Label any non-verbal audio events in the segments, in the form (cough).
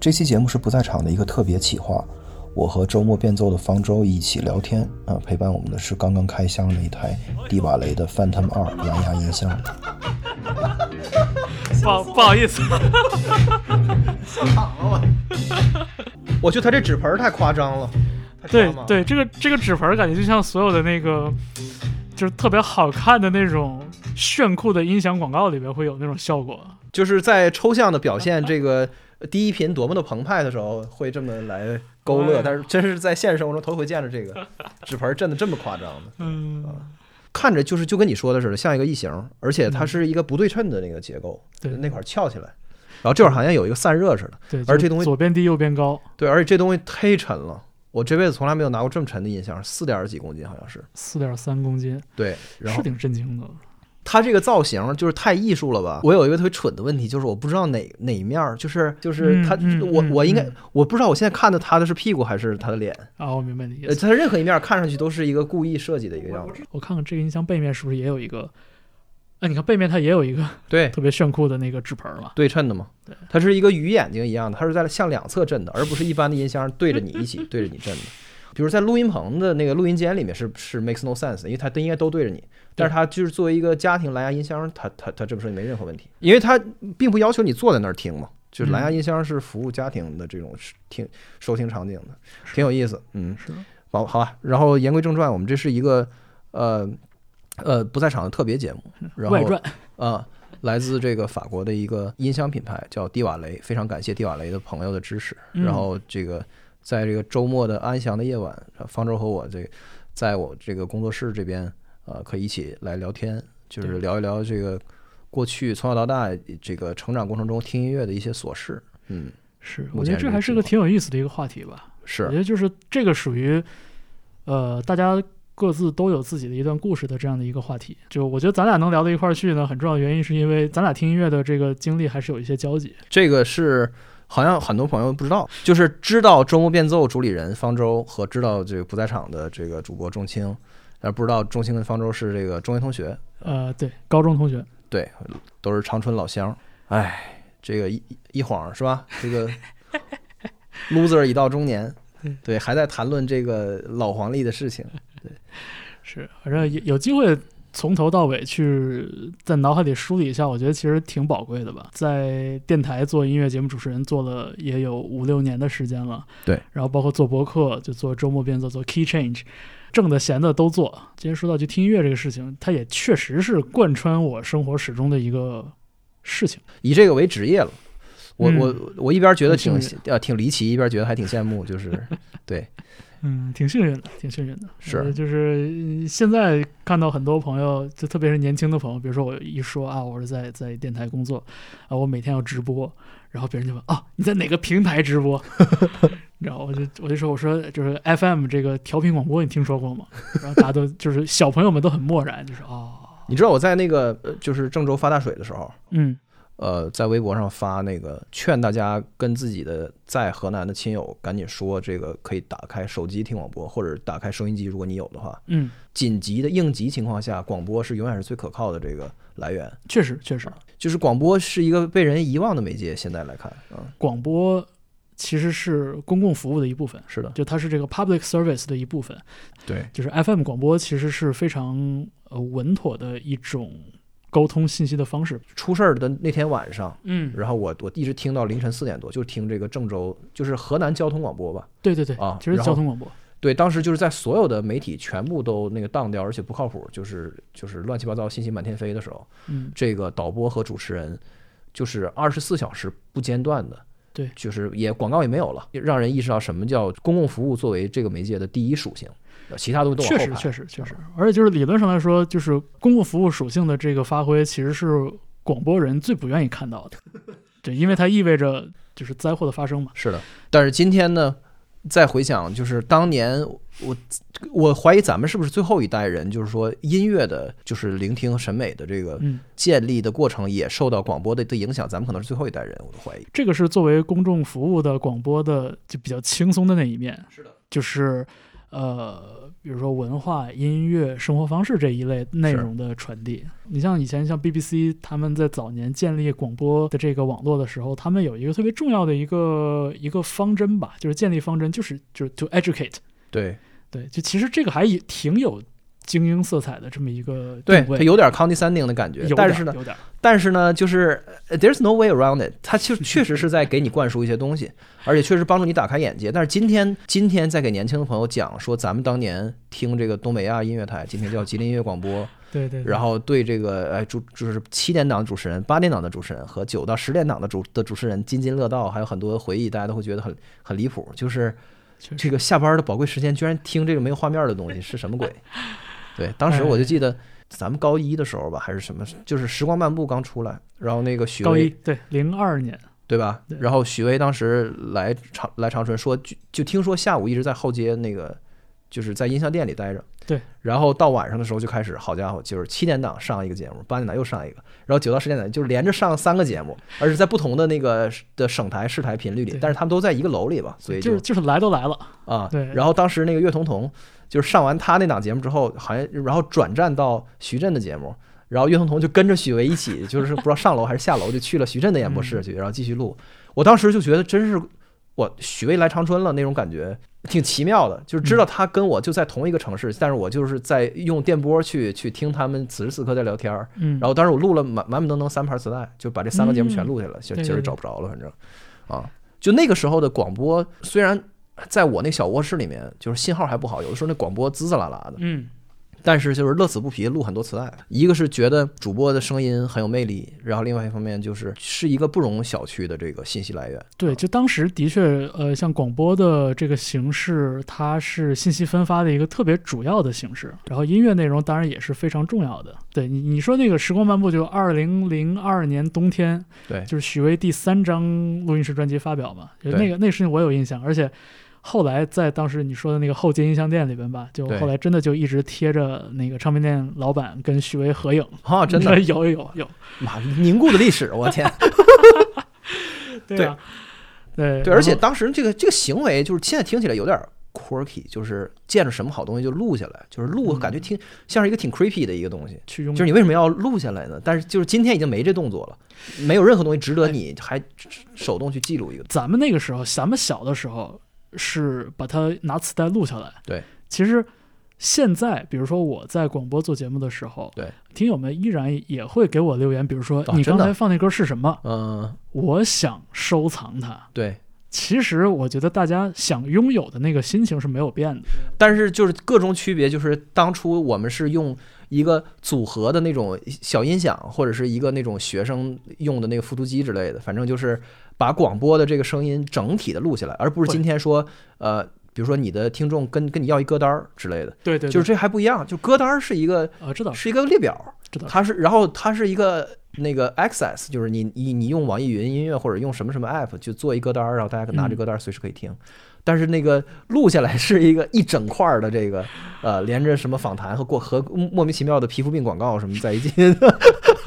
这期节目是不在场的一个特别企划，我和周末变奏的方舟一起聊天啊，陪伴我们的是刚刚开箱的一台蒂瓦雷的 Phantom 二蓝牙音箱。不好不好意思，笑场了我。我觉得他这纸盆儿太夸张了。太对夸张了，对，这个这个纸盆儿感觉就像所有的那个，就是特别好看的那种炫酷的音响广告里边会有那种效果。就是在抽象的表现这个呃低频多么的澎湃的时候，会这么来勾哎勒呀。但是真是在现实生活中头回见着这个纸盆儿震得这么夸张的，嗯，看着就是就跟你说的似的，像一个异形，而且它是一个不对称的那个结构，对那块儿翘起来。然后这会儿好像有一个散热似的，对，就而这东西左边低右边高，对，而且这东西忒沉了，我这辈子从来没有拿过这么沉的音箱，四点儿几公斤好像是。四点三公斤，对，然是后挺震惊的。它这个造型就是太艺术了吧？我有一个特别蠢的问题，就是我不知道哪哪一面儿，就是就是嗯它，嗯我嗯我应该嗯我不知道我现在看的它的是屁股还是它的脸，啊，我明白你的意呃，思。它任何一面儿看上去都是一个故意设计的一个样子。我看看这个音箱背面是不是也有一个？哎，你看背面它也有一个 (laughs) 对，特别炫酷的那个纸盆儿嘛。对称的嘛，它是一个鱼眼睛一样的，它是在向两侧震的，而不是一般的音箱对着你一起对着你震的。比如在录音棚的那个录音间里面是是 makes no sense，的因为它都应该都对着你，但是它就是作为一个家庭蓝牙音箱，它它它这么说也没任何问题，因为它并不要求你坐在那儿听嘛，就是蓝牙音箱是服务家庭的这种是听收听场景的，挺有意思，嗯，是的，好好吧。然后言归正传，我们这是一个呃呃不在场的特别节目，然后外传。啊，来自这个法国的一个音箱品牌叫蒂瓦雷，非常感谢蒂瓦雷的朋友的支持。嗯然后这个在这个周末的安详的夜晚，啊方舟和我这个在我这个工作室这边，呃，可以一起来聊天，就是对聊一聊这个过去从小到大这个成长过程中听音乐的一些琐事。嗯，是，目我觉得前这是还这是样个挺有意思的一个话题吧。我觉是得就是这个属于，呃，大家各自都有自己的一段故事的这样的一个话题。就我觉得咱俩能聊到一块儿去呢，很重要的原因是因为咱俩听音乐的这个经历还是有一些交集。这个是。好像很多朋友不知道，就是知道周末变奏主理人方舟和知道这个不在场的这个主播仲青，但不知道仲青跟方舟是这个中学同学，呃，对，高中同学，对，都是长春老乡。哎，这个一一一晃 (laughs) 是吧？这个 loser 已到中年，对，还在谈论这个老黄历的事情。是，反正有有机会从头到尾去在脑海里梳理一下，我觉得其实挺宝贵的吧。在电台做音乐节目主持人做了也有五六年的时间了，对，然后包括做博客，就做周末变奏，做 Key Change。正的闲的都做。今天说到就听音乐这个事情，它也确实是贯穿我生活始终的一个事情。以这个为职业了。我嗯我我一边觉得挺很幸呃挺离奇，一边觉得还挺羡慕，就是对嗯，挺幸运的，挺幸运的。是呃就是嗯现在看到很多朋友，就特别是年轻的朋友，比如说我一说啊，我是在在电台工作，啊，我每天要直播，然后别人就问啊，你在哪个平台直播？ (laughs) 然后我就我就说我说就是 FM 这个调频广播，你听说过吗？然后大家都就是小朋友们都很漠然，就是哦，你知道我在那个呃就是郑州发大水的时候，嗯呃，在微博上发那个劝大家跟自己的在河南的亲友赶紧说，这个可以打开手机听广播，或者打开收音机，如果你有的话，嗯，紧急的应急情况下，广播是永远是最可靠的这个来源。确实确实，就是广播是一个被人遗忘的媒介，现在来看，嗯，广播其实是公共服务的一部分，是的，就它是这个 public service 的一部分。对，就是 FM 广播其实是非常呃稳妥的一种沟通信息的方式。出事儿的那天晚上，嗯，然后我我一直听到凌晨四点多，就听这个郑州，就是河南交通广播吧，对对对，啊其实然后交通广播。对，当时就是在所有的媒体全部都那个当掉，而且不靠谱，就是就是乱七八糟信息满天飞的时候，嗯，这个导播和主持人就是二十四小时不间断的，对就是也广告也没有了，让人意识到什么叫公共服务作为这个媒介的第一属性，其他东西都往确后实排。确实确实，而且就是理论上来说，就是公共服务属性的这个发挥，其实是广播人最不愿意看 (laughs) 到的。对，因为它意味着就是灾祸的发生嘛。是的，但是今天呢，再回想，就是当年我我怀疑咱们是不是最后一代人，就是说音乐的，就是聆听和审美的这个嗯，建立的过程也受到广播的的影响，咱们可能是最后一代人，我都怀疑。这个是作为公众服务的广播的就比较轻松的那一面。是的，就是呃，比如说文化、音乐、生活方式这一类内容的传递。你像以前像 BBC 他们在早年建立广播的这个网络的时候，他们有一个特别重要的一个一个方针吧，就是建立方针，就是就是 to educate。对对，就其实这个还也挺有精英色彩的这么一个对，定位它有点 condescending 的感觉有，点但是呢，有点但是呢，就是呃 there's no way around it，它就确实是在给你灌输一些东西，而且确实帮助你打开眼界。但是今天，今天在给年轻的朋友讲说，咱们当年听这个东北亚音乐台，今天叫吉林音乐广播，对对，对然后对这个哎主就是七点档的主持人、八点档的主持人和九到十点档的主的主持人津津乐道，还有很多回忆，大家都会觉得很很离谱，就是确实这个下班的宝贵时间居然听这个没有画面的东西是 (laughs) 什么鬼？对，当时哎我就记得咱们高一的时候吧，还是什么，就是《时光漫步》刚出来，然后那个许高一巍对零二年，对吧对？然后许巍当时来长来长春说，就就听说下午一直在后街那个就是在音像店里待着，对。然后到晚上的时候就开始，好家伙，就是七点档上一个节目，八点档又上一个，然后九到十点档就是连着上三个节目，而且在不同的那个的省台市台频率里对，但是他们都在一个楼里吧，所以就是就是来都来了，啊，对然后当时那个岳彤彤就是上完他那档节目之后，好像然后转战到徐震的节目，然后岳彤彤就跟着许巍一起，就是不知道上楼还是下楼，就去了徐震的演播室去，然后继续录。我当时就觉得真是我许巍来长春了那种感觉。挺奇妙的，就是知道他跟我就在同一个城市，但是我就是在用电波去去听他们此时此刻在聊天儿。嗯，然后当时我录了满满满登登三盘磁带，就把这三个节目全录下来，其对嗯实对其实对找不着了，反正啊，就那个时候的广播，虽然在我那小卧室里面，就是信号还不好，有的时候那广播滋滋啦啦的，嗯但是就是乐此不疲地录很多磁带。一个是觉得主播的声音很有魅力，然后另外一方面就是是一个不容小觑的这个信息来源。对，就当时的确呃，像广播的这个形式，它是信息分发的一个特别主要的形式，然后音乐内容当然也是非常重要的。对你你说那个《时光漫步》，就二零零二年冬天，对就是许巍第三张录音室专辑发表嘛，就哎对那个那个事情我有印象，而且后来在当时你说的那个后街音像店里边吧，就对后来真的就一直贴着那个唱片店老板跟许巍合影， (laughs) 啊，真 (laughs) 的，有有有，妈，凝固的历史，我天！对啊，对对，而且然后当时这个这个行为，就是现在听起来有点 quirky，就是见着什么好东西就录下来，就是录嗯感觉听像是一个挺 creepy 的一个东西。去用就是你为什么要录下来呢？但是就是今天已经没这动作了，没有任何东西值得你还手动去记录一个。咱们那个时候，咱们小的时候是把它拿磁带录下来。对，其实现在，比如说我在广播做节目的时候，对听友们依然也会给我留言，比如说、啊你真刚的才放那歌是什么？嗯，我想收藏它。对。其实我觉得大家想拥有的那个心情是没有变的。但是就是各种区别，就是当初我们是用一个组合的那种小音响，或者是一个那种学生用的那个复读机之类的，反正就是把广播的这个声音整体的录下来，而不是今天说呃，比如说你的听众跟跟你要一歌单儿之类的，对对就是这还不一样，就歌单儿是一个啊，知道是一个列表，知道。它是然后它是一个。那个 access 就是你你你用网易云音乐或者用什么什么 app 去做一歌单儿，然后大家拿着嗯歌单儿随时可以听。但是那个录下来是一个一整块儿的这个呃，连着什么访谈和过和莫名其妙的皮肤病广告什么在一起。 (laughs)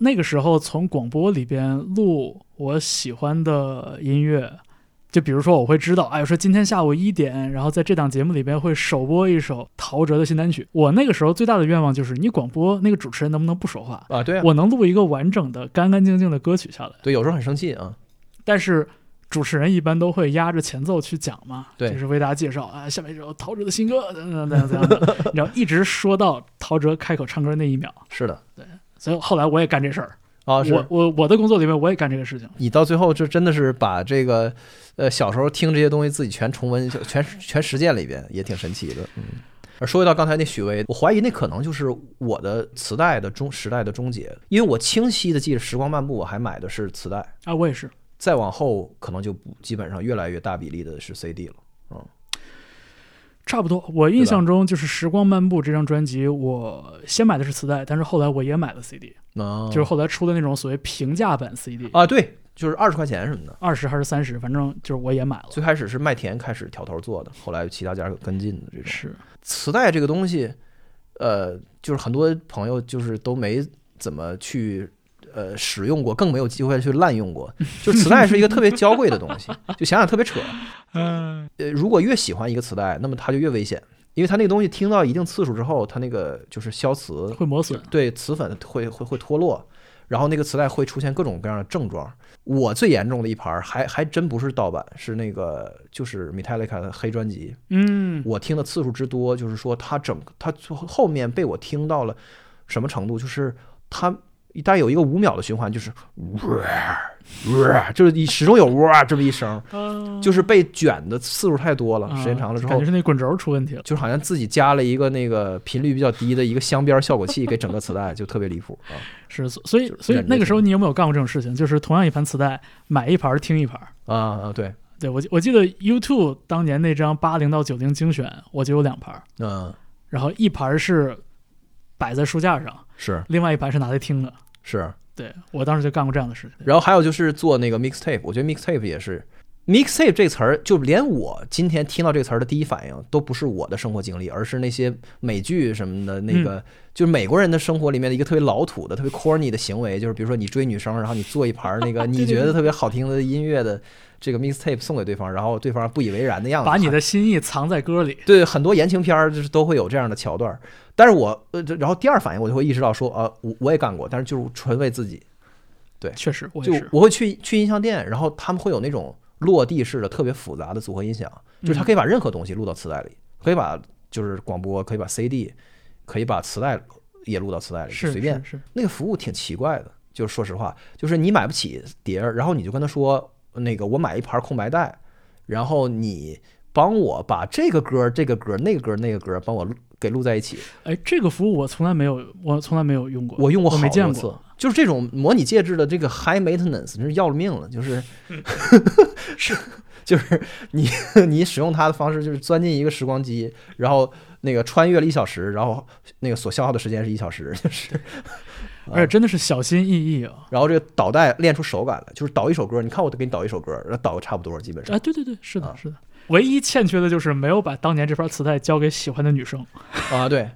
那个时候从广播里边录我喜欢的音乐，就比如说我会知道，哎，说今天下午一点，然后在这档节目里边会首播一首陶喆的新单曲。我那个时候最大的愿望就是，你广播那个主持人能不能不说话，啊，对啊，我能录一个完整的、干干净净的歌曲下来。对，有时候很生气啊，但是主持人一般都会压着前奏去讲嘛，对就是为大家介绍啊，下面一首陶喆的新歌，怎样怎样怎样的，然后一直说到陶喆开口唱歌那一秒。是的，所以后来我也干这事儿，啊，是我我我的工作里面我也干这个事情。你到最后就真的是把这个呃小时候听这些东西自己全重温，就全全实践了一遍，也挺神奇的。嗯，而说回到刚才那许巍，我怀疑那可能就是我的磁带的终时代的终结，因为我清晰的记得《时光漫步》，我还买的是磁带，啊，我也是。再往后可能就不基本上越来越大比例的是 CD 了。差不多，我印象中就是《时光漫步》这张专辑，我先买的是磁带，但是后来我也买了 CD，、啊，就是后来出的那种所谓平价版 CD，啊，对，就是二十块钱什么的。二十还是三十，反正就是我也买了。最开始是麦田开始调头做的，后来其他家有跟进的这种。是，磁带这个东西，呃，就是很多朋友就是都没怎么去呃使用过，更没有机会去滥用过。就磁带是一个特别娇贵的东西，就想想特别扯。嗯，呃，如果越喜欢一个磁带，那么它就越危险，因为它那个东西听到一定次数之后，它那个就是消磁，会磨损。对磁粉会会会脱落，然后那个磁带会出现各种各样的症状。我最严重的一盘儿还还真不是盗版，是那个就是 Metallica 的黑专辑，嗯，我听的次数之多，就是说它整它最后后面被我听到了什么程度，就是它大概有一个五秒的循环，就是哇，就是你始终有哇这么一声，啊就是被卷的次数太多了，啊时间长了之感后觉。是那滚轴出问题了。就是好像自己加了一个那个频率比较低的一个镶边效果器给整个磁带，就特别离谱啊！是，所所以就是所以忍着那个听时候你有没有干过这种事情？就是同样一盘磁带，买一盘儿听一盘儿。啊啊，对，对我记我记得 YouTube 当年那张八零到九零精选，我就有两盘儿，嗯，然后一盘儿是摆在书架上，是另外一盘是拿来听的。是。对我当时就干过这样的事情。然后还有就是做那个 mixtape，我觉得 mixtape 也是 mixtape 这词儿，就连我今天听到这个词儿的第一反应都不是我的生活经历，而是那些美剧什么的那个，嗯就是美国人的生活里面的一个特别老土的、特别 corny 的行为，就是比如说你追女生，然后你做一盘儿 (laughs) 那个你觉得特别好听的音乐的这个 mixtape 送给对方，然后对方不以为然的样子，把你的心意藏在歌里，对很多言情片儿就是都会有这样的桥段儿，但是我呃，这然后第二反应我就会意识到说，呃，我我也干过，但是就是纯为自己，确实我就也是。我会去去音像店，然后他们会有那种落地式的特别复杂的组合音响，嗯就是它可以把任何东西录到磁带里，可以把就是广播，可以把 CD，可以把磁带也录到磁带里，就是随便。是是，那个服务挺奇怪的，就是说实话，就是你买不起碟儿，然后你就跟他说，那个我买一盘空白带，然后你帮我把这个歌、这个歌、那个歌、那个歌帮我录给录在一起。哎，这个服务我从来没有，我从来没有用过。我用过好没见多过次，啊就是这种模拟介质的这个 high maintenance，真是要了命 (laughs) 了，就是是就是你你使用它的方式就是钻进一个时光机，然后那个穿越了一小时，然后那个所消耗的时间是一小时，就是而且真的是小心翼翼啊！然后这个导带练出手感来，就是导一首歌，你看我给你导一首歌，然后导个差不多，基本上啊，对对对，是的，啊是的。唯一欠缺的就是没有把当年这盘磁带交给喜欢的女生。啊对。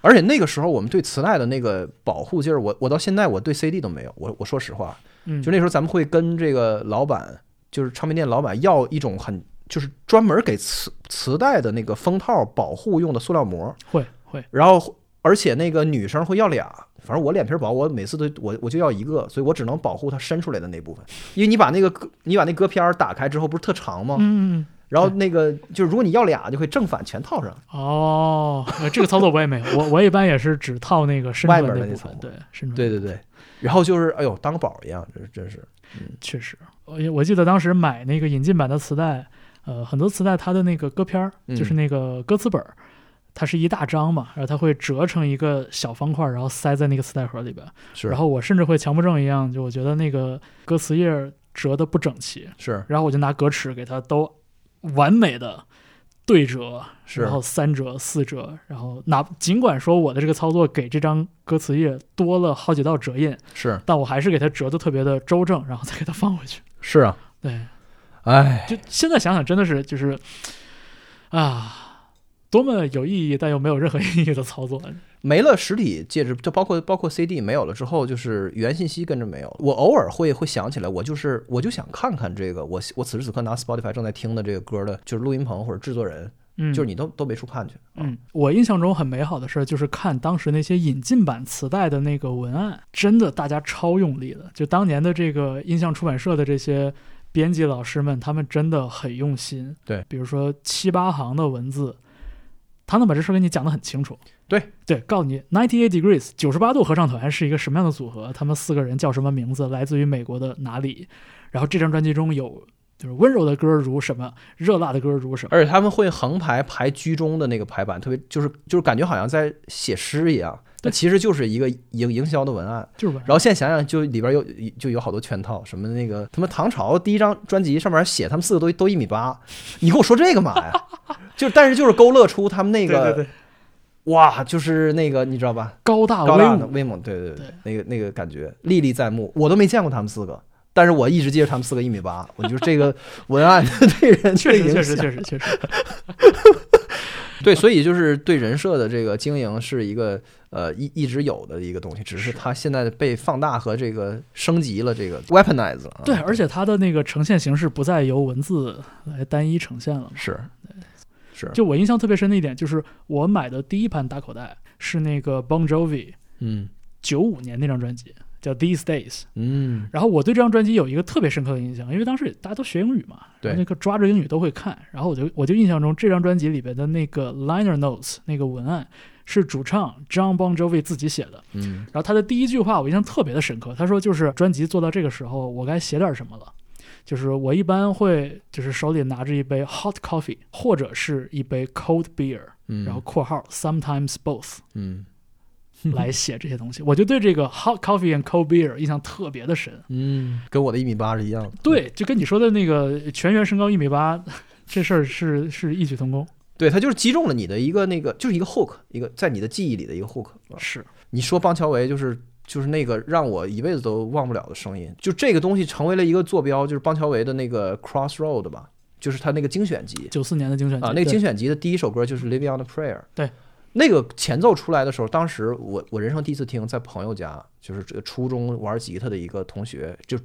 而且那个时候我们对磁带的那个保护劲儿，我我到现在我对 CD 都没有，我我说实话，嗯，就那时候咱们会跟这个老板，就是唱片店老板要一种很就是专门给磁磁带的那个封套保护用的塑料膜，会会，然后而且那个女生会要俩，反正我脸皮薄，我每次都我我就要一个，所以我只能保护她伸出来的那部分，因为你把那个歌你把那歌片儿打开之后不是特长吗？嗯，嗯然后那个就是如果你要俩，就会正反全套上。哦，呃这个操作我也没有，我我一般也是只套那个深外蹲面的那那部层分，对，深蹲，对对对，然后就是哎呦当个宝一样，这是真是确实，我也我记得当时买那个引进版的磁带，呃，很多磁带它的那个歌片儿，嗯就是那个歌词本儿，它是一大张嘛，然后它会折成一个小方块儿，然后塞在那个磁带盒里边。是然后我甚至会强迫症一样，就我觉得那个歌词页儿折的不整齐，是然后我就拿格尺给它都完美的对折，是然后三折、四折，然后哪尽管说我的这个操作给这张歌词页多了好几道折印，是但我还是给它折的特别的周正，然后再给它放回去。是啊，对，哎，就现在想想，真的是就是啊，多么有意义但又没有任何意义的操作。没了实体介质，就包括包括 CD 没有了之后，就是原信息跟着没有了。我偶尔会会想起来，我就是我就想看看这个，我我此时此刻拿 Spotify 正在听的这个歌的，就是录音棚或者制作人，嗯，就是你都都没处看去。嗯，我印象中很美好的事儿就是看当时那些引进版磁带的那个文案，真的大家超用力的。就当年的这个印象出版社的这些编辑老师们，他们真的很用心。对，比如说七八行的文字，他能把这事儿给你讲得很清楚。对对，告诉你 ninety eight degrees 九十八度合唱团是一个什么样的组合，他们四个人叫什么名字，来自于美国的哪里，然后这张专辑中有就是温柔的歌如什么，热辣的歌如什么。而且他们会横排排居中的那个排版，特别就是就是感觉好像在写诗一样，但其实就是一个营营销的文案。就是然后现在想想，就里边有就有好多圈套，什么那个他们唐朝第一张专辑上面写他们四个都都一米八，你跟我说这个嘛呀？就但是就是勾勒出他们那那个对对对哇，就是那个你知道吧？高大高啊威大武的威猛，对对对，对那个那个感觉历历在目，我都没见过他们四个。但是我一直记得他们四个一米八， (laughs) 我觉得这个文案对人确实，确这个影实，响确实，确实。对，所以就是对人设的这个经营是一个呃一一直有的一个东西，只是它现在被放大和这个升级了，这个 weaponize 了啊。对，而且它的那个呈现形式不再由文字来单一呈现了嘛。是是，就我印象特别深的一点，就是我买的第一盘打口袋是那个 Bon Jovi 嗯九五年那张专辑，叫 These Days。嗯然后我对这张专辑有一个特别深刻的印象，因为当时大家都学英语嘛，对然后那个抓着英语都会看。然后我就我就印象中这张专辑里边的那个 liner notes 那个文案是主唱 John Bon Jovi 自己写的。嗯然后他的第一句话我印象特别的深刻，他说就是专辑做到这个时候，我该写点什么了。就是我一般会就是手里拿着一杯 hot coffee 或者是一杯 cold beer，嗯，然后括号 sometimes (laughs) both 嗯来写这些东西。我就对这个 hot coffee and cold beer 印象特别的深。嗯，跟我的一米八是一样的。对，就跟你说的那个全员身高一米八， (laughs) 这事儿是是异曲同 (laughs) 工。对，它就是击中了你的一个那个，就是一个 hook，一个在你的记忆里的一个 hook 啊。是，你说邦乔维就是就是那个让我一辈子都忘不了的声音，就这个东西成为了一个坐标，就是邦乔维的那个 Crossroad 吧，就是他那个精选集九四年的精选集啊，那个嗯精对选集的第一首歌就是《Living on a Prayer》。对，那个前奏出来的时候，当时我我人生第一次听，在朋友家，就是这个初中玩吉他的一个同学，就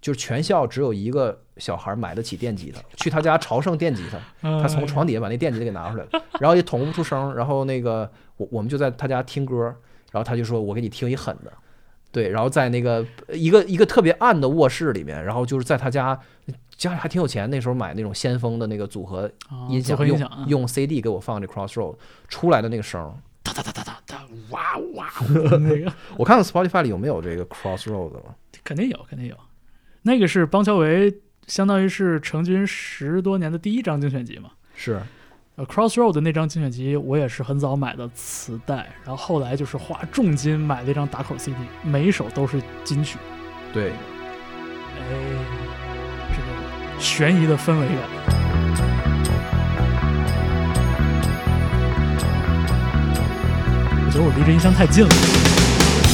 就全校只有一个小孩买得起电吉他，去他家朝圣电吉他。哎他从床底下把那电吉他给拿出来了，然后也捅不出声。然后那个我我们就在他家听歌，然后他就说：“我给你听一狠的。”对，然后在那个一个一个特别暗的卧室里面，然后就是在他家家里还挺有钱，那时候买那种先锋的那个组合啊音组响，合音用响啊，用 CD 给我放这 Crossroad 出来的那个声儿。哒哒哒哒哒哒，哇哇，那 (laughs) 个我看看 Spotify 里有没有这个 Crossroad 了。肯定有，肯定有。那个是邦乔维，相当于是成军十多年的第一张精选集嘛。是，呃，Crossroad 那张精选集我也是很早买的磁带，然后后来就是花重金买了一张打口 CD，每一首都是金曲，对，哎，这个悬疑的氛围感。我觉得我离这音箱太近了。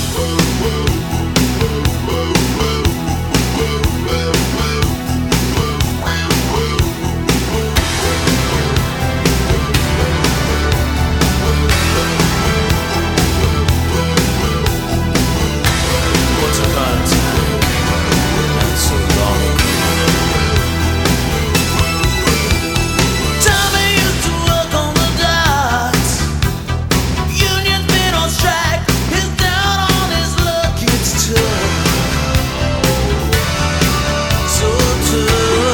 What about time? Not so long ago. Tommy used to work on the docks. Union's been on strike. He's down on his luck. It's tough. So tough.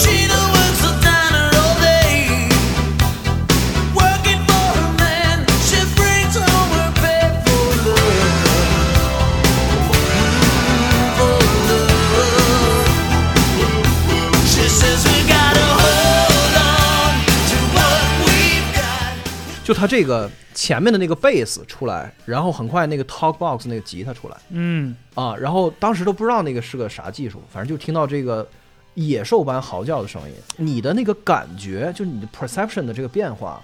Gina works the diner all day. Working for her man, she brings home her pay for love. For love. She says we gotta hold on to what we've got. 就他这个前面的那个贝斯出来，然后很快那个 Talk Box 那个吉他出来。嗯，啊，然后当时都不知道那个是个啥技术，反正就听到这个野兽般嚎叫的声音，你的那个感觉就是你的 perception 的这个变化，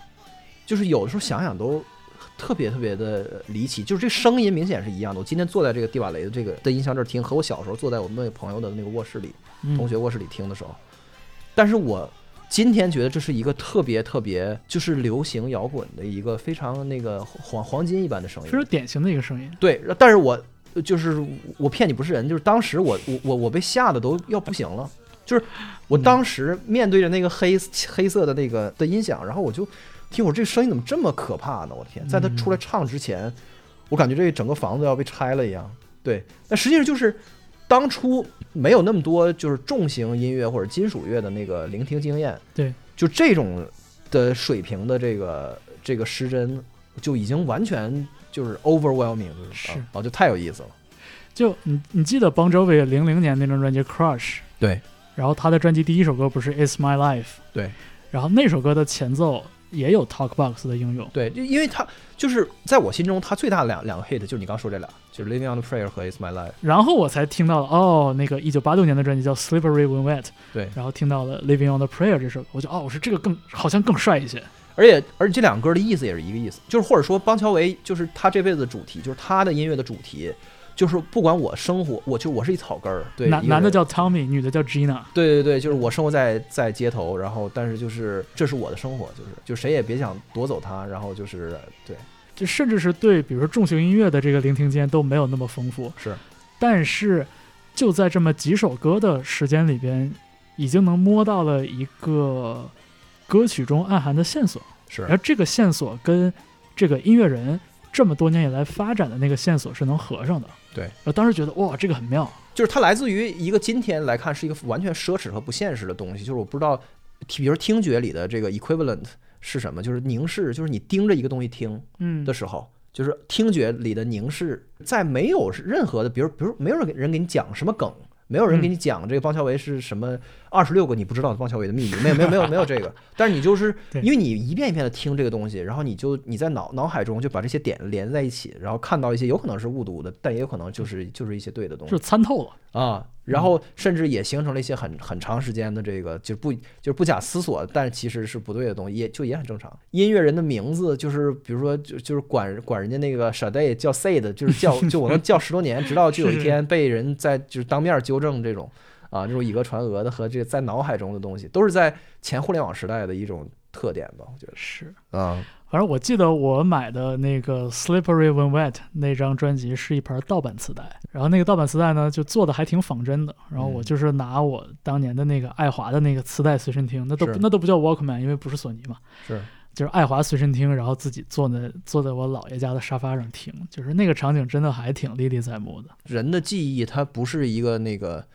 就是有的时候想想都特别特别的离奇，就是这声音明显是一样的。我今天坐在这个蒂瓦雷的这个的音箱这儿听，和我小时候坐在我们那个朋友的那个卧室里、嗯同学卧室里听的时候，但是我。今天觉得这是一个特别特别，就是流行摇滚的一个非常那个黄黄金一般的声音，非常典型的一个声音。对，但是我就是我骗你不是人，就是当时我我我我被吓得都要不行了，就是我当时面对着那个黑黑色的那个的音响，然后我就听我这声音怎么这么可怕呢？我的天，在他出来唱之前，我感觉这整个房子要被拆了一样。对，但实际上就是当初没有那么多就是重型音乐或者金属乐的那个聆听经验，对，就这种的水平的这个这个失真，就已经完全就是 overwhelming，就是是啊，啊就太有意思了。就你你记得邦乔维零零年那张专辑《Crush》，对然后他的专辑第一首歌不是《It's My Life》，对然后那首歌的前奏也有 Talkbox 的应用。对，就因为他就是在我心中，他最大的两两个 hit 就是你刚说这俩，就是《Living on a Prayer》和《It's My Life》。然后我才听到了哦，那个一九八六年的专辑叫《Slippery When Wet》，对然后听到了《Living on the Prayer》这首歌，我就哦，我说这个更好像更帅一些。而且而且这两个歌的意思也是一个意思，就是或者说邦乔维就是他这辈子的主题，就是他的音乐的主题，就是不管我生活，我就我是一草根儿，对，一男个男的人叫 Tommy，女的叫 Gina。对对对，就是我生活在在街头，然后但是就是这是我的生活，就是就谁也别想夺走它，然后就是对就甚至是对，比如说重型音乐的这个聆听间都没有那么丰富，是，但是就在这么几首歌的时间里边，已经能摸到了一个歌曲中暗含的线索，是然后这个线索跟这个音乐人这么多年以来发展的那个线索是能合上的。对然后当时觉得哇，这个很妙，就是它来自于一个今天来看是一个完全奢侈和不现实的东西，就是我不知道，比如听觉里的这个 equivalent 是什么，就是凝视，就是你盯着一个东西听嗯的时候。就是听觉里的凝视，在没有任何的，比如比如没有人给你讲什么梗，没有人嗯给你讲这个邦乔维是什么二十六个你不知道的邦乔维的秘密，没有没有没有没有这个，但是你就是 (laughs) 对因为你一遍一遍的听这个东西，然后你就你在脑脑海中就把这些点连在一起，然后看到一些有可能是误读的，但也有可能就是就是一些对的东西是。参透了，啊，然后甚至也形成了一些很很长时间的这个就是不就是不假思索，但其实是不对的东西，也就也很正常。音乐人的名字就是比如说就就是管管人家那个 Sade 叫 Said，就是叫就我能叫十多年，直到就有一天被人在就是当面纠正这种啊这种以讹传讹的和这个在脑海中的东西，都是在前互联网时代的一种特点吧，我觉是。得啊，反正我记得我买的那个《Slippery When Wet》那张专辑是一盘盗版磁带，然后那个盗版磁带呢就做的还挺仿真的，然后我嗯就是拿我当年的那个爱华的那个磁带随身听，那都是那都不叫 Walkman，因为不是索尼嘛，是就是爱华随身听，然后自己坐那坐在我姥爷家的沙发上听，就是那个场景真的还挺历历在目的。人的记忆它不是一个那个，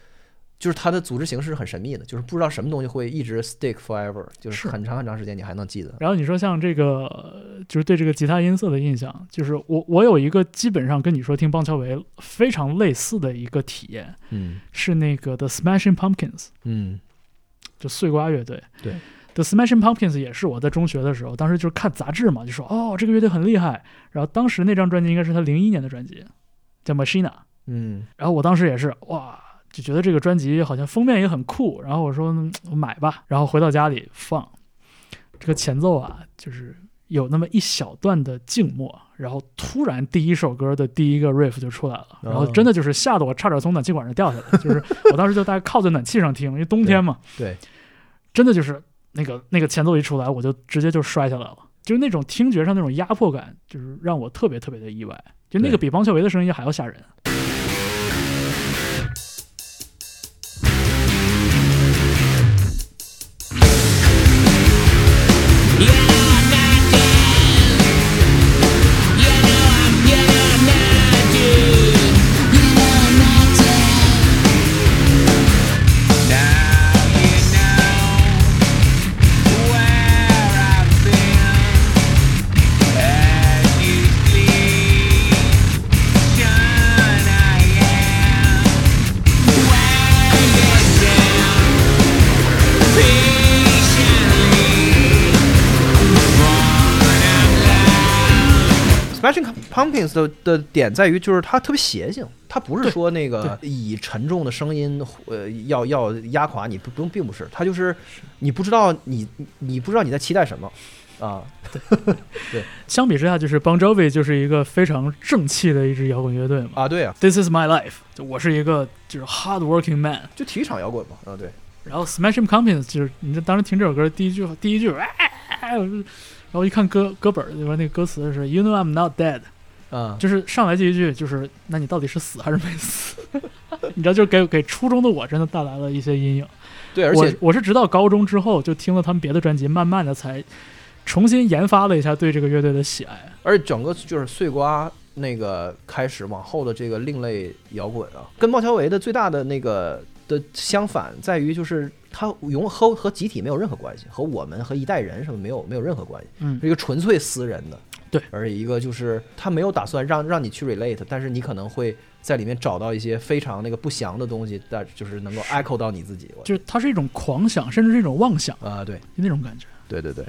就是它的组织形式是很神秘的，就是不知道什么东西会一直 stick forever，就是是很长很长时间你还能记得。然后你说像这个，呃就是对这个吉他音色的印象，就是我我有一个基本上跟你说听邦乔维非常类似的一个体验，嗯是那个 The Smashing Pumpkins。嗯，就碎瓜乐队。对，The Smashing Pumpkins 也是我在中学的时候，当时就是看杂志嘛，就说哦这个乐队很厉害。然后当时那张专辑应该是他零一年的专辑，叫 Machina。嗯，然后我当时也是哇，就觉得这个专辑好像封面也很酷，然后我说嗯我买吧，然后回到家里放，这个前奏啊，就是有那么一小段的静默，然后突然第一首歌的第一个 riff 就出来了，然后真的就是吓得我差点从暖气管上掉下来，就是 (laughs) 我当时就大概靠在暖气上听，因为冬天嘛，对，真的就是那个那个前奏一出来，我就直接就摔下来了，就是那种听觉上那种压迫感，就是让我特别特别的意外，就那个对比邦乔维的声音还要吓人。 Smashing Pumpkins 的的点在于，就是它特别邪性，它不是说那个以沉重的声音，呃，要要压垮你，不不用，并不是，它就是你不知道你你你不知道你在期待什么啊，相比之下，就是 Bon Jovi 就是一个非常正气的一支摇滚乐队嘛。啊，对啊， This is my life，就我是一个就是 hard working man。就体育场摇滚嘛，啊，对，然后 Smashing Pumpkins 就是你当时听这首歌第一句第一句，哎哎哎我就然后一看歌歌本儿里边那个歌词是 You know I'm not dead，啊，就是上来这一句就是那你到底是死还是没死？ (laughs) 你知道，就是给给初中的我真的带来了一些阴影。对，而我且我是直到高中之后就听了他们别的专辑，慢慢的才重新研发了一下对这个乐队的喜爱。而且整个就是碎瓜那个开始往后的这个另类摇滚啊，跟鲍乔维的最大的那个的相反在于就是它永和和集体没有任何关系，和我们和一代人什么没有没有任何关系，嗯是一个纯粹私人的。对，而一个就是他没有打算让让你去 relate，但是你可能会在里面找到一些非常那个不祥的东西，但就是能够 echo 到你自己。我觉就是它是一种狂想，甚至是一种妄想，得啊，对就那种感觉。对对对，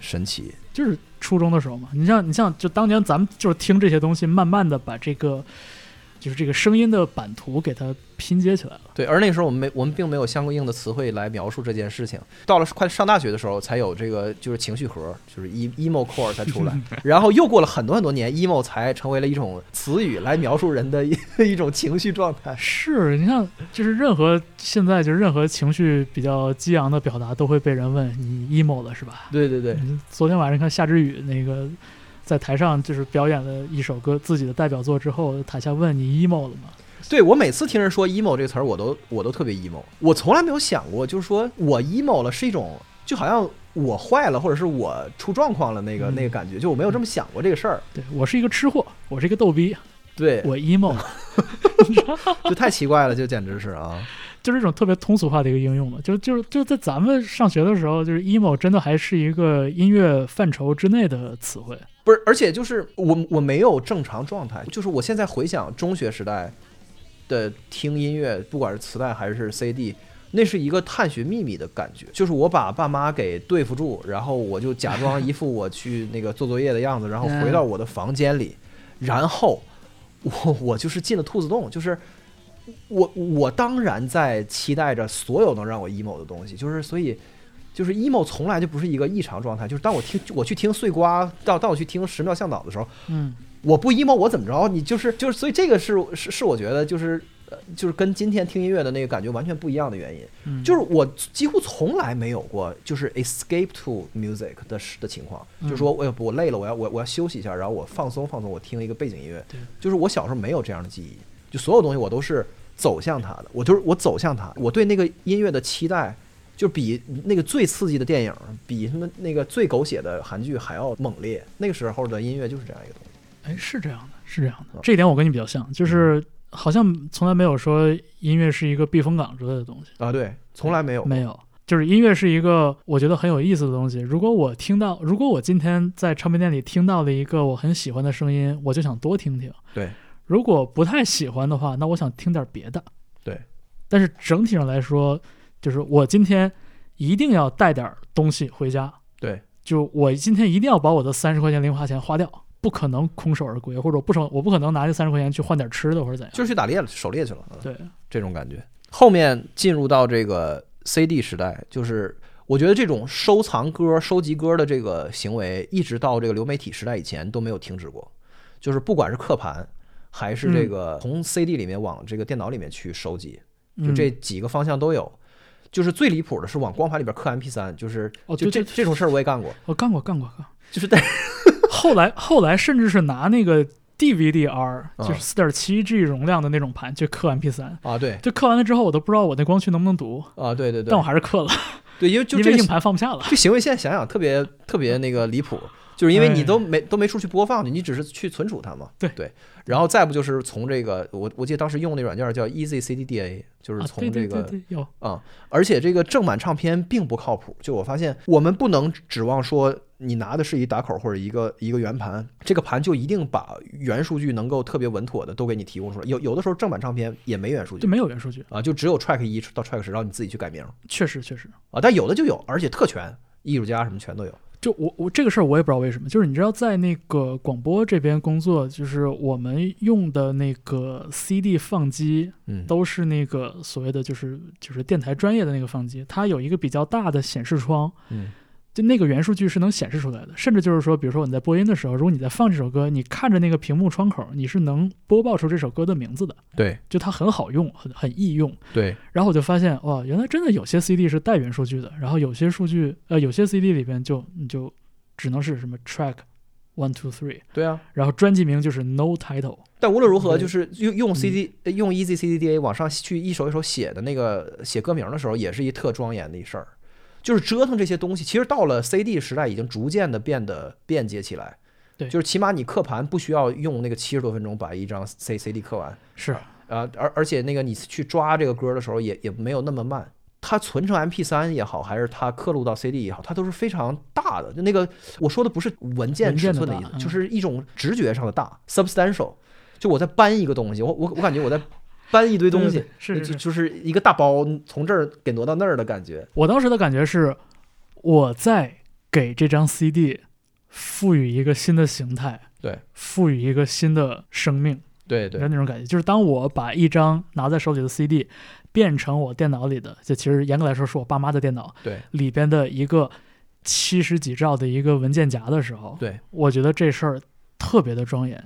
神奇，就是初中的时候嘛，你像你像就当年咱们就是听这些东西，慢慢的把这个就是这个声音的版图给它拼接起来了。对，而那个时候我们没，我们并没有相应的词汇来描述这件事情。到了快上大学的时候，才有这个就是情绪核，就是 e emo core 才出来。 (laughs) 然后又过了很多很多年，emo 才成为了一种词语来描述人的一 (laughs) 一种情绪状态。是你看，就是任何现在就是任何情绪比较激昂的表达，都会被人问你 emo 了是吧？对对对，嗯昨天晚上看夏之雨那个在台上就是表演了一首歌自己的代表作之后，台下问你 emo 了吗？对我每次听人说 emo 这个词儿，我都我都特别 emo。我从来没有想过，就是说我 emo 了是一种，就好像我坏了，或者是我出状况了那个、嗯那个感觉，就我没有这么想过这个事儿。对我是一个吃货，我是一个逗逼，对，我 emo 了，就太奇怪了，就简直是啊。就是这种特别通俗化的一个应用嘛。就就就在咱们上学的时候，就是 emo 真的还是一个音乐范畴之内的词汇。不是，而且就是我我没有正常状态，就是我现在回想中学时代的听音乐，不管是磁带还是 CD，那是一个探寻秘密的感觉，就是我把爸妈给对付住，然后我就假装一副我去那个做作业的样子，然后回到我的房间里，然后我我就是进了兔子洞，就是。我我当然在期待着所有能让我 emo 的东西，就是所以就是 emo 从来就不是一个异常状态，就是当我听我去听碎瓜，当当我去听十妙向导的时候，嗯，我不 emo 我怎么着？你就是就是，所以这个是是是我觉得就是呃就是跟今天听音乐的那个感觉完全不一样的原因，嗯就是我几乎从来没有过就是 escape to music 的时的情况，嗯就是说我要不我累了，我要我我要休息一下，然后我放松放松，我听一个背景音乐对，就是我小时候没有这样的记忆，就所有东西我都是走向它的，我就是我走向它，我对那个音乐的期待。就比那个最刺激的电影，比他们那个最狗血的韩剧还要猛烈。那个时候的音乐就是这样一个东西。哎，是这样的，是这样的嗯，这一点我跟你比较像，就是好像从来没有说音乐是一个避风港之类的东西，啊，对，从来没有。没有。就是音乐是一个我觉得很有意思的东西。如果我听到，如果我今天在唱片店里听到了一个我很喜欢的声音，我就想多听听。对，如果不太喜欢的话，那我想听点别的。对，但是整体上来说，就是我今天一定要带点东西回家。对，就我今天一定要把我的三十块钱零花钱花掉，不可能空手而归，或者我不成，我不可能拿这三十块钱去换点吃的或者怎样。就是去打猎了，狩猎去了，嗯对，这种感觉。后面进入到这个 CD 时代，就是我觉得这种收藏歌、收集歌的这个行为，一直到这个流媒体时代以前都没有停止过。就是不管是刻盘，还是嗯这个从 CD 里面往这个电脑里面去收集，就嗯这几个方向都有。就是最离谱的是往光盘里边刻 MP 3就是哦就对这对这种事儿我也干过，我干过，干过，干过。就是但后来后来甚至是拿那个 DVD-R，嗯就是四点七 G 容量的那种盘去刻 MP 3啊对就刻完了之后，我都不知道我那光驱能不能读，啊对对对但我还是刻了，啊对，因为就因这为个硬盘放不下了。这行为现在想想特别特别那个离谱，就是因为你哎都没都没处去播放去，你只是去存储它嘛。对对，然后再不就是从这个我我记得当时用那软件叫 Easy CDDA，就是啊，对从对这个对对，有啊、而且这个正版唱片并不靠谱。就我发现，我们不能指望说你拿的是一打口或者一个一个圆盘，这个盘就一定把原数据能够特别稳妥的都给你提供出来。有有的时候正版唱片也没原数就据没有原数据，啊，就只有 track 一到 track 十，让你自己去改名确实确实。啊。但有的就有，而且特权，艺术家什么全都有。就我我这个事儿我也不知道为什么，就是你知道在那个广播这边工作，就是我们用的那个 CD 放机嗯，都是那个所谓的就是就是电台专业的那个放机，它有一个比较大的显示窗，嗯，就那个原数据是能显示出来的，甚至就是说，比如说你在播音的时候，如果你在放这首歌，你看着那个屏幕窗口，你是能播报出这首歌的名字的，对就它很好用，很很易用。对然后我就发现，哇，原来真的有些 CD 是带原数据的，然后有些数据，呃，有些 CD 里边就你就只能是什么 track one two three，对啊！然后专辑名就是 no title，但无论如何，对就是用用 CD、呃用 Easy CDDA 往上去一首一首写的那个写歌名的时候，也是一特庄严的一事儿。就是折腾这些东西，其实到了 CD 时代，已经逐渐的变得便捷起来。对就是起码你刻盘不需要用那个七十多分钟把一张 C CD 刻完，是啊，而而且那个你去抓这个歌的时候也也没有那么慢。它存成 MP 3也好，还是它刻录到 CD 也好，它都是非常大的。就那个我说的不是文件文尺件寸的的大意思，嗯就是一种直觉上的大 （substantial）。就我在搬一个东西，我我我感觉我在搬一堆东西，呃是是是就就是一个大包从这儿给挪到那儿的感觉。我当时的感觉是，我在给这张 CD 赋予一个新的形态，对，赋予一个新的生命。对有对那种感觉。就是当我把一张拿在手里的 CD 变成我电脑里的，就其实严格来说是我爸妈的电脑对里边的一个七十几兆的一个文件夹的时候，对，我觉得这事儿特别的庄严。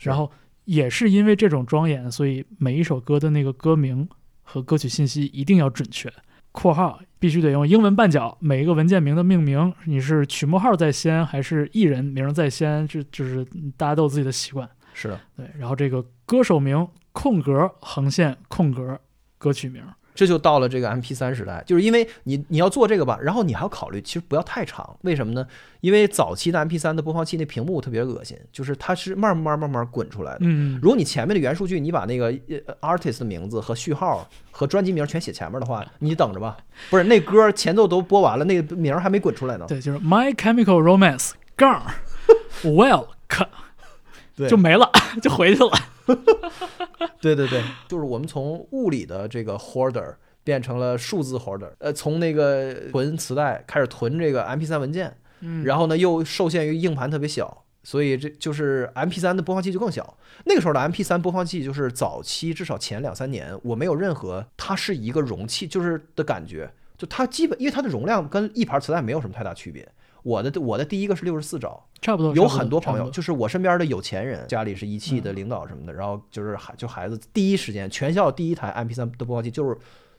是然后也是因为这种庄严，所以每一首歌的那个歌名和歌曲信息一定要准确。括号必须得用英文半角，每一个文件名的命名，你是曲目号在先还是艺人名在先？这就是大家都有自己的习惯。是的，对，然后这个歌手名空格横线空格歌曲名，这就到了这个 M P 三时代，就是因为你你要做这个吧，然后你还要考虑，其实不要太长，为什么呢？因为早期的 M P 三的播放器那屏幕特别恶心，就是它是慢慢慢慢滚出来的。嗯，如果你前面的原数据，你把那个呃 artist 的名字和序号和专辑名全写前面的话，你等着吧。不是那歌前奏都播完了，那个名儿还没滚出来呢。对，就是 My Chemical Romance 杠 (laughs) Welk 对就没了，就回去 (laughs) 了。对对对， (laughs) 就是我们从物理的这个 hoarder 变成了数字 hoarder，呃，从那个囤磁带开始囤这个 MP3 文件，嗯，然后呢又受限于硬盘特别小，所以这就是 MP3 的播放器就更小。那个时候的 MP3 播放器就是早期至少前两三年，我没有任何它是一个容器就是的感觉，就它基本因为它的容量跟一盘磁带没有什么太大区别。我的我的第一个是六十四兆，差不多。有差不很多嗯朋差友，不就是我身边的有钱人，家里是一汽的领导什么的，然后就是孩就孩子第一时间，全校第一台 MP3 的播放器就是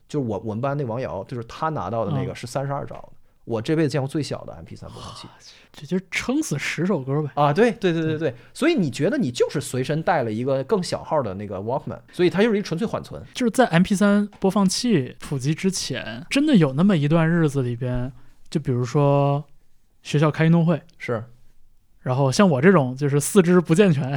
就是我我们班那王瑶，就是他拿到的那个嗯是三十二兆的，我这辈子见过最小的 MP3 播放器这就是撑死十首歌呗。啊！对对对对对，所以你觉得你就是随身带了一个更小号的那个 Walkman，所以它就是一纯粹缓存。就是在 MP3 播放器普及之前，真的有那么一段日子里边，就比如说学校开运动会，是然后像我这种就是四肢不健全、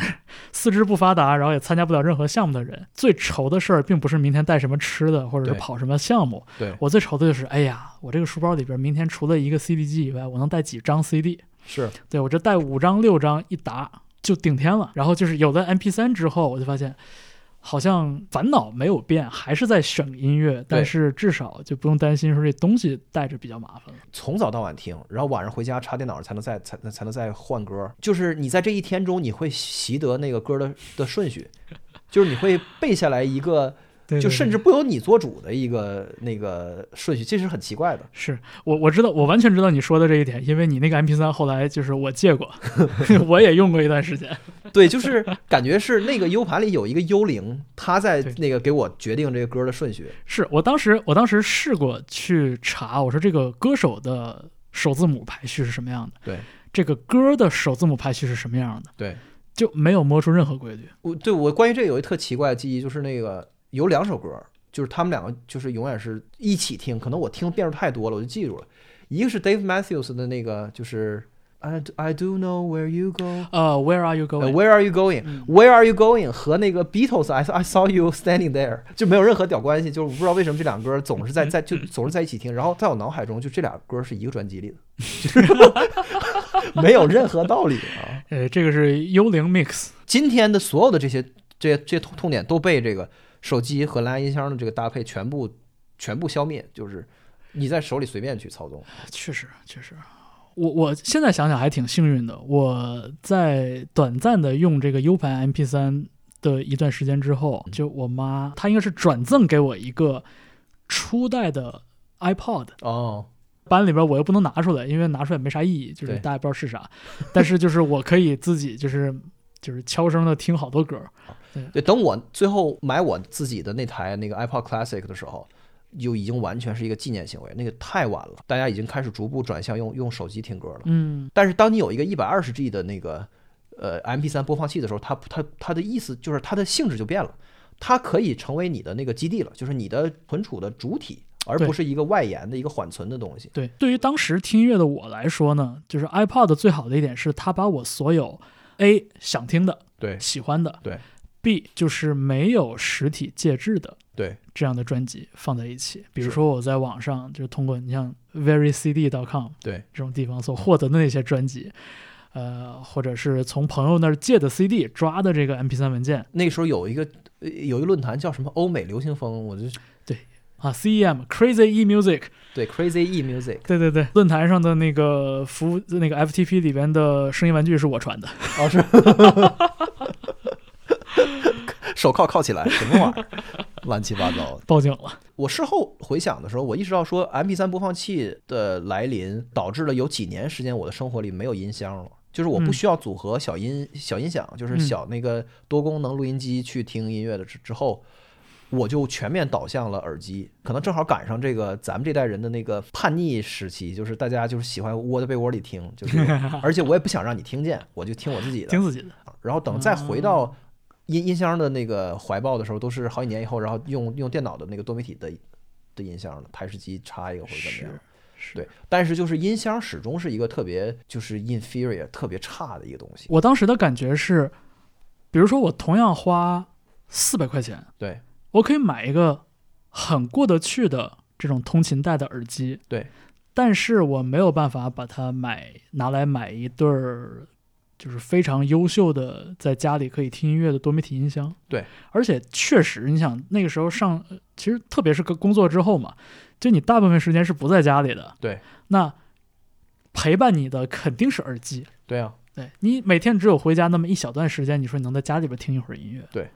四肢不发达，然后也参加不了任何项目的人，最愁的事儿并不是明天带什么吃的，或者是对跑什么项目。对我最愁的就是，哎呀，我这个书包里边明天除了一个 CD 机以外，我能带几张 CD？是，对我这带五张六张一沓就顶天了。然后就是有了 MP3 之后，我就发现。好像烦恼没有变，还是在选音乐，但是至少就不用担心说这东西带着比较麻烦了。从早到晚听，然后晚上回家插电脑才能再才才能再换歌。就是你在这一天中，你会习得那个歌的的 (laughs) 顺序，就是你会背下来一个，对就甚至不由你做主的一个那个顺序，这是很奇怪 (laughs) 的。是我我知道，我完全知道你说的这一点，因为你那个 MP 3后来就是我借 (laughs) 过， (laughs) 我也用过一段时间。对，就是感觉是那个 U 盘里有一个幽灵，他在对那个给我决定这个歌的顺序。是我当时我当时试过去查，我说这个歌手的首字母排序是什么样的，对这个歌的首字母排序是什么样的，对，就没有摸出任何规律。我对我关于这个有一特奇怪的记忆，就是那个有两首歌，就是他们两个就是永远是一起听，可能我听的遍数太多了，我就记住了。一个是 Dave Matthews 的那个，就是 I do- I do know where you go。呃、w h e r e are you (gasps) 呃 going？、 Where are you going? 嗯 Where are you going? 和那个 Beatles I I saw you standing there 就没有任何屌关系，就是我不知道为什么这两歌总是在在就总是在一起听，然后在我脑海中就这俩歌是一个专辑里的，就是 (laughs) 没有任何道理啊。呃，这个是幽灵 mix，今天的所有的这些这些这些痛痛点都被这个手机和蓝牙音箱的这个搭配全部全部消灭，就是你在手里随便去操纵。确实确实。我我现在想想还挺幸运的，我在短暂的用这个 U 盘 MP 3的一段时间之后，就我妈她应该是转赠给我一个初代的 iPod，哦，班里边我又不能拿出来，因为拿出来没啥意义，就是对大家不知道是啥。但是就是我可以自己就是就是悄声的听好多歌，对，等我最后买我自己的那台那个 iPod Classic 的时候，就已经完全是一个纪念行为，那个太晚了，大家已经开始逐步转向用用手机听歌了。嗯，但是当你有一个一百二十 G 的那个呃 MP3 播放器的时候，它它它的意思就是它的性质就变了，它可以成为你的那个基地了，就是你的存储的主体，而对不是一个外延的一个缓存的东西。对。对于当时听音乐的我来说呢，就是 iPod 最好的一点是它把我所有 A 想听的、对喜欢的，对，B 就是没有实体介质的对这样的专辑放在一起。比如是说我在网上就是通过你像 verycd.com 对这种地方所获得的那些专辑，呃，或者是从朋友那儿借的 CD 抓的这个 MP3 文件那个时候有一个呃有一个论坛叫什么欧美流行风，我就啊，CEM Crazy E Music，对 Crazy E (laughs) Music 对对对，论坛上的那个服务那个哦 (laughs) FTP 里边的声音玩具是我传的，哦是。手铐铐起来，什么玩意儿，乱七八糟的。报警了，我事后回想的时候，我意识到说，M P 3播放器的来临导致了有几年时间我的生活里没有音箱了，就是我不嗯需要组合小音、小音响，就是嗯小那个多功能录音机去听音乐的之之后。我就全面导向了耳机，可能正好赶上这个咱们这代人的那个叛逆时期，就是大家就是喜欢窝在被窝里听，就是 (laughs) 这种，而且我也不想让你听见，我就听我自己的，听自己的，然后等再回哦到音音箱的那个怀抱的时候，都是好几年以后，然后用用电脑的那个多媒体的的音箱了，台式机插一个或者怎么样是。是对，但是就是音箱始终是一个特别就是 inferior 特别差的一个东西。我当时的感觉是，比如说我同样花四百块钱，对我可以买一个很过得去的这种通勤带的耳机，对，但是我没有办法把它买拿来买一对儿，就是非常优秀的在家里可以听音乐的多媒体音箱。对，而且确实，你想那个时候上，呃其实特别是个工作之后嘛，就你大部分时间是不在家里的。对，那陪伴你的肯定是耳机。对啊，对你每天只有回家那么一小段时间，你说你能在家里边听一会儿音乐，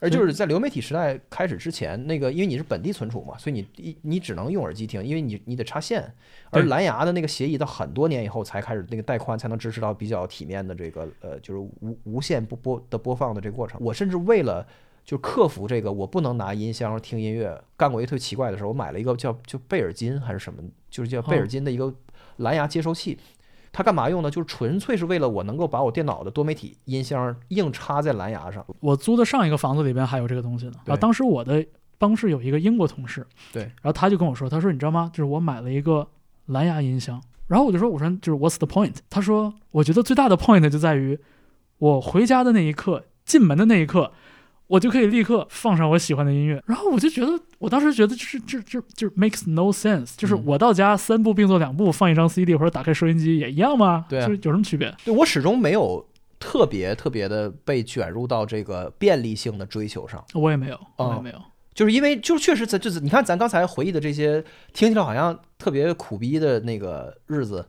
而就是在流媒体时代开始之前，那个因为你是本地存储嘛，所以你你你只能用耳机听，因为你你得插线。而对蓝牙的那个协议到很多年以后才开始那个带宽才能支持到比较体面的这个呃就是无无线播播的播放的这个过程。我甚至为了就克服这个我不能拿音箱听音乐，干过一个特奇怪的事儿，我买了一个叫就贝尔金还是什么，就是叫贝尔金的一个蓝牙接收器。它干嘛用呢？就是纯粹是为了我能够把我电脑的多媒体音箱硬插在蓝牙上。我租的上一个房子里边还有这个东西呢。对啊，当时我的办公室有一个英国同事，对然后他就跟我说，他说你知道吗？就是我买了一个蓝牙音箱，然后我就说，我说就是 What's the point？他说，我觉得最大的 point 就在于我回家的那一刻，进门的那一刻。我就可以立刻放上我喜欢的音乐，然后我就觉得，我当时觉得就是这这这 makes no sense，就是嗯我到家三步并作两步，放一张 CD 或者打开收音机也一样吗？对啊就是有什么区别？对我始终没有特别特别的被卷入到这个便利性的追求上，我也没有，我哦也没有。就是因为就是确实咱就是你看咱刚才回忆的这些，听起来好像特别苦逼的那个日子。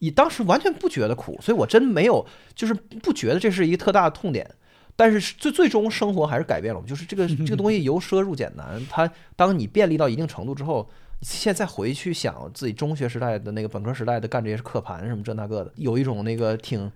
你当时完全不觉得苦，所以我真没有，就是不觉得这是一个特大的痛点。但是最最终生活还是改变了我们，就是这个这个东西由奢入俭难。它当你便利到一定程度之后，你现在回去想自己中学时代的那个本科时代的干这些课盘什么这那个的，有一种那个挺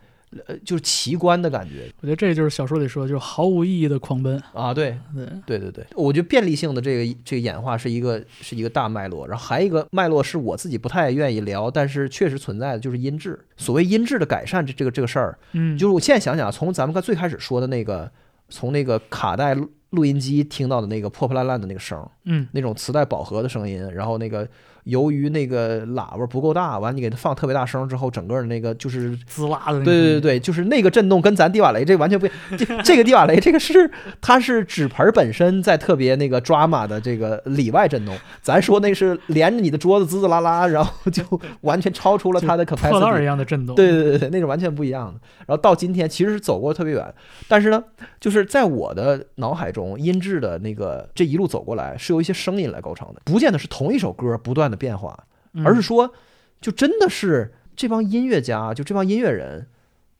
呃就是奇观的感觉我觉得这就是小说里说，就是毫无意义的狂奔。啊。对，对，对对对，我觉得便利性的这个这个演化是一个是一个大脉络，然后还有一个脉络是我自己不太愿意聊，但是确实存在的就是音质。所谓音质的改善，这这个这个事儿，嗯，就是我现在想想啊，从咱们刚最开始说的那个，从那个卡带录录音机听到的那个破破烂烂的那个声儿，嗯，那种磁带饱和的声音，然后那个由于那个喇叭不够大，完你给它放特别大声之后，整个的那个就是滋啦的那种。对对对，对，就是那个震动跟咱迪瓦雷这完全不一样。这这个迪瓦雷这个是它是纸盆儿本身在特别那个 drama 的这个里外震动，咱说那是连着你的桌子滋滋啦啦，然后就完全超出了它的破烂儿 capacity 一。样的震动。对对对对，那是完全不一样的。然后到今天其实是走过特别远，但是呢，就是在我的脑海中，音质的那个这一路走过来是由一些声音来构成的，不见得是同一首歌不断的变化，嗯，而是说，就真的是这帮音乐家，就这帮音乐人，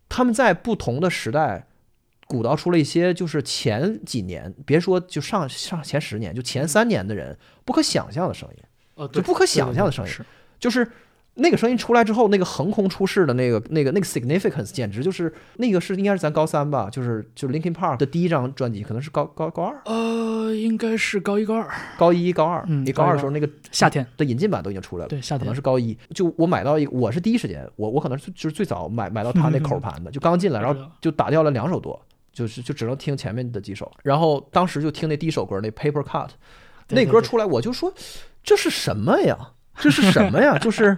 他们在不同的时代鼓捣出了一些，就是前几年，别说就上上前十年，就前三年的人不可想象的声音，哦，就对，不可想象的声音，是就是。那个声音出来之后，那个横空出世的那个、那个、那个 significance，简直就是那个是应该是咱高三吧，就是就是 Linkin Park 的第一张专辑，可能是高高高二、呃，应该是高一高二高一、高二，嗯你高二高一的时候那个夏天，的引进版都已经出来了。对夏可天能是高一，就我买到一个，我是第一时间，我我可能是就是最早买买到他那口盘的，就刚进来，嗯然我后知道就打掉了两首多，就是就只能听前面的几首，然后当时就听那第一首歌那 Paper Cut，对那对歌对出来我就说这是什么呀？这是什么呀？就是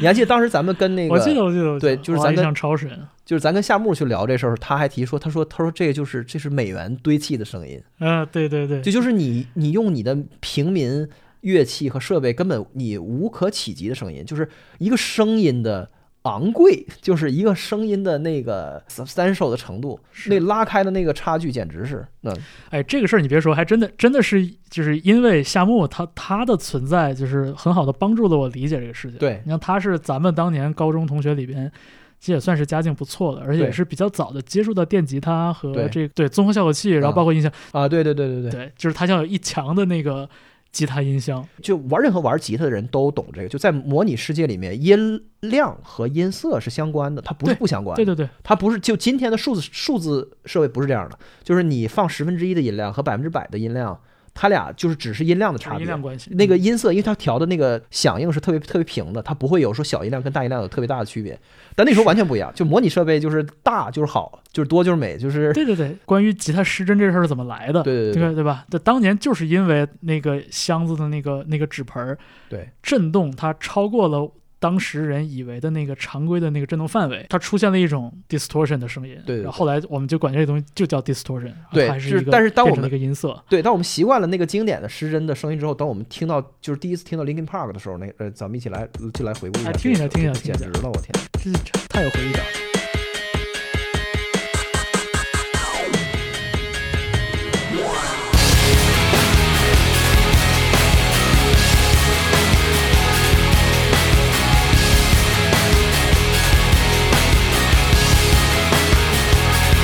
你还记得当时咱们跟那个我记得我记得，我记对得就是哇咱一跟场超神，就是咱跟夏木去聊这事儿，他还提说，他说他说这个就是这是美元堆砌的声音，嗯，对对对，这就是你你用你的平民乐器和设备，根本你无可企及的声音，就是一个声音的昂贵，就是一个声音的那个 substantial 的程度，那拉开的那个差距简直是那哎，这个事儿你别说，还真的真的是就是因为夏木他他的存在，就是很好的帮助了我理解这个事情。对你看他是咱们当年高中同学里边其实也算是家境不错的，而且对也是比较早的接触到电吉他和对这对综合效果器，然后嗯包括音箱，啊，对对对对对，对，就是它像有一墙的那个吉他音箱，就玩任何玩吉他的人都懂这个，就在模拟世界里面，音量和音色是相关的，它不是对不相关的对对对，它不是就今天的数字数字社会不是这样的，就是你放十分之一的音量和百分之百的音量，它俩就是只是音量的就是差音别。量关系，嗯那个音色，因为它调的那个响应是特别特别平的，它不会有说小音量跟大音量有特别大的区别。但那时候完全不一样，就模拟设备就是大就是好，就是多就是美，就是对对对，关于吉他失真这事儿是怎么来的？对对对这个对吧？这当年就是因为那个箱子的那个那个纸盆儿对震动，它超过了当时人以为的那个常规的那个震动范围，它出现了一种 distortion 的声音。对对对然后后来我们就管这东西就叫 distortion，啊对它还是就一是个但是当变我成了们一个音色，对。当我们习惯了那个经典的失真的声音之后，当我们听到就是第一次听到 Linkin Park 的时候，那呃，咱们一起来就来回顾一下哎这个，听一下听一下听简一直下了，我天！这这太有回忆感了。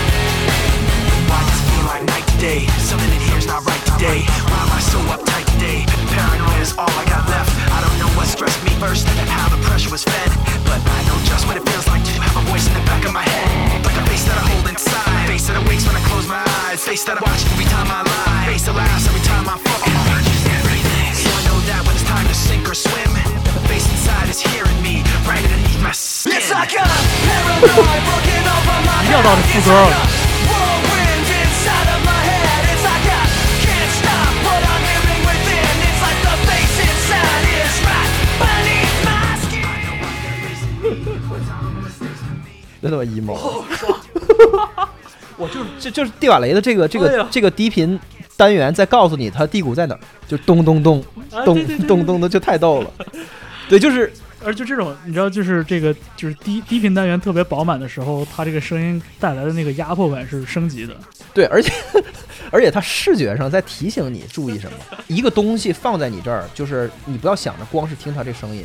Why does it feel like night today? Something in here's not right today. Why am I so uptight today? Paranoia is all I got left. I don't know what stressed me first and how the pressure was fed. But I know just what it feels like to have a voice in the back of my head. Like a face that I hold inside. Face that awakes when I close my eyes. Face that I watch every time I lie. Face that laughs every time I fall. everything. So I know that when it's time to sink or swim, the face inside is hearing me right underneath my skin. It's like a paranoid working over my 一要到这副歌了。 Whirlwind inside of my head. It's like I can't stop what I'm hearing within. It's like the face inside is right beneath my skin. I know what there is in me. What's all the mistakes for me? 真 (laughs) 他妈 emo！我 (laughs) 就是哎这就是蒂瓦雷的这个这个、这个低频单元在告诉你它低谷在哪儿，就咚咚咚啊咚对对对咚咚的，就太逗了。对，就是而就这种，你知道，就是这个，就是低低频单元特别饱满的时候，它这个声音带来的那个压迫感是升级的。对，而且而且它视觉上在提醒你注意什么。一个东西放在你这儿，就是你不要想着光是听它这声音，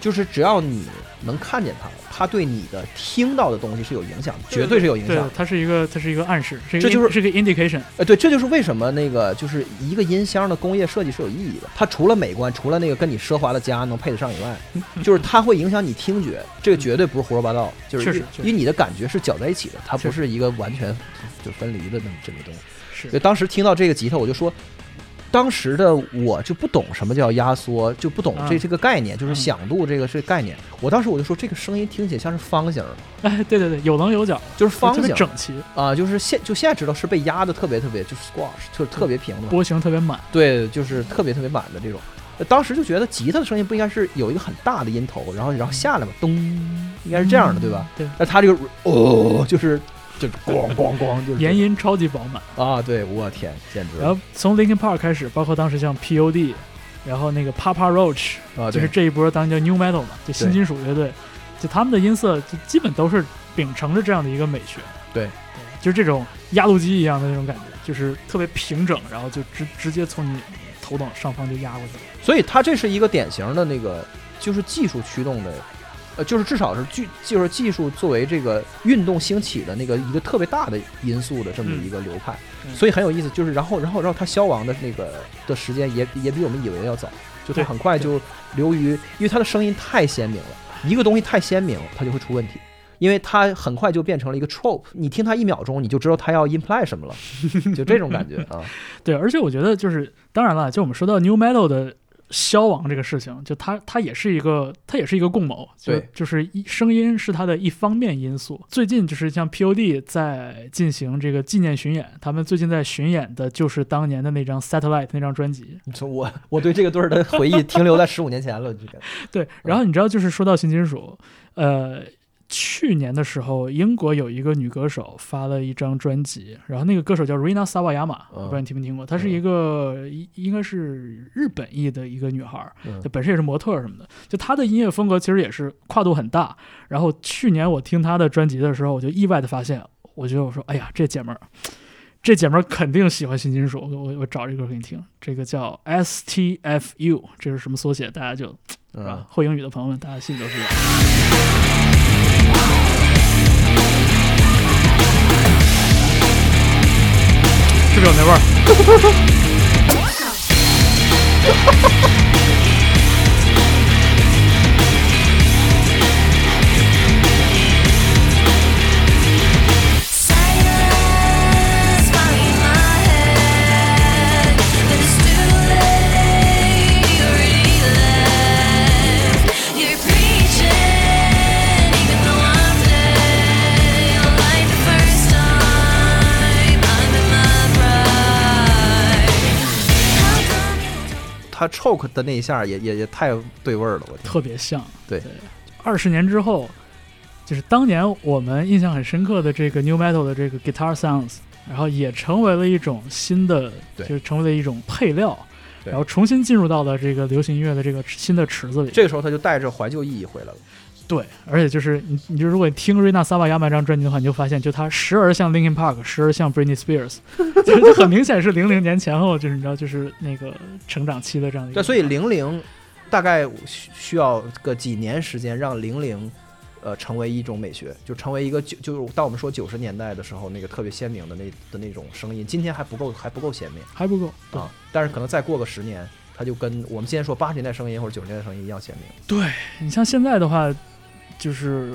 就是只要你能看见它，它对你的听到的东西是有影响的，绝对是有影响对的，。它是一个，它是一个暗示，这这就是是个 indication。呃，对，这就是为什么那个就是一个音箱的工业设计是有意义的。它除了美观，除了那个跟你奢华的家能配得上以外，嗯就是它会影响你听觉，这个绝对不是胡说八道，就是确因实为确因实为你的感觉是搅在一起的，它确不实嗯是一个完全就分离的那么这么东西。是就当时听到这个吉他，我就说，当时的我就不懂什么叫压缩，就不懂这啊这个概念，就是嗯响度这个是概念。我当时我就说，这个声音听起来像是方形儿的，哎，对对对，有棱有角，就是方特形别儿整齐，啊，就是现就现在知道是被压的特别特别，就是 squash，就是特别平的嘛。波形特别满。对，就是特别特别满的这种。呃当时就觉得吉他的声音不应该是有一个很大的音头，然后然后下来嘛，咚，应该是这样的，对吧？对，那他这个哦，就是就是咣咣咣，就是延音超级饱满。啊，对，我天，简直然了后从 Linkin Park 开始，包括当时像 P.O.D，然后那个 Papa Roach，啊，就是对这一波当年叫 New Metal 嘛，就新金属乐队，就他们的音色就基本都是秉承着这样的一个美学。对，就是这种压路机一样的那种感觉，就是特别平整，然后就直直接从你头等上方就压过去。所以它这是一个典型的那个就是技术驱动的，呃，就是至少是技就是技术作为这个运动兴起的那个一个特别大的因素的这么一个流派，嗯所以很有意思。就是然后然后然后它消亡的那个的时间也也比我们以为的要早，就它对很快就流于，因为它的声音太鲜明了，一个东西太鲜明，它就会出问题。因为它很快就变成了一个 trope，你听它一秒钟，你就知道它要 imply 什么了，就这种感觉啊。对，而且我觉得就是，当然了，就我们说到 New Metal 的消亡这个事情，就它它也是一个它也是一个共谋，就对就是一声音是它的一方面因素。最近就是像 POD 在进行这个纪念巡演，他们最近在巡演的就是当年的那张 Satellite 那张专辑。你说我我对这个队儿的回忆停留在十五年前了，就感觉 (laughs) 对，然后你知道就是说到新金属，呃。去年的时候，英国有一个女歌手发了一张专辑，然后那个歌手叫 Rina Sawayama，、我不知道你听没听过，她是一个、应该是日本裔的一个女孩儿，嗯就本身也是模特儿什么的，就她的音乐风格其实也是跨度很大。然后去年我听她的专辑的时候，我就意外的发现，我就说，哎呀，这姐们儿，这姐们儿肯定喜欢新金属。我我我找这歌给你听，这个叫 S T F U，这是什么缩写？大家就啊嗯，会英语的朋友们，大家心里都知道。是不是有那味儿？他 choke 的那一下也也也太对味儿了，我天！特别像。对，二十年之后，就是当年我们印象很深刻的这个 new metal 的这个 guitar sounds，然后也成为了一种新的，就对是成为了一种配料，对然后重新进入到了这个流行音乐的这个新的池子里。这个时候他就带着怀旧意义回来了。对，而且就是你，你就如果你听瑞娜·萨瓦亚曼这张专辑的话，你就发现，就它时而像 Linkin Park，时而像 Britney (laughs) Spears，就是就很明显是零零年前后，就是你知道，就是那个成长期的这样的一个。对，所以零零大概需需要个几年时间让零零。呃，成为一种美学，就成为一个就就是当我们说九十年代的时候，那个特别鲜明的那的那种声音，今天还不够还不够鲜明还不够。对、啊。但是可能再过个十年，它就跟我们今天说八十年代声音或者九十年代声音一样鲜明。对你像现在的话，就是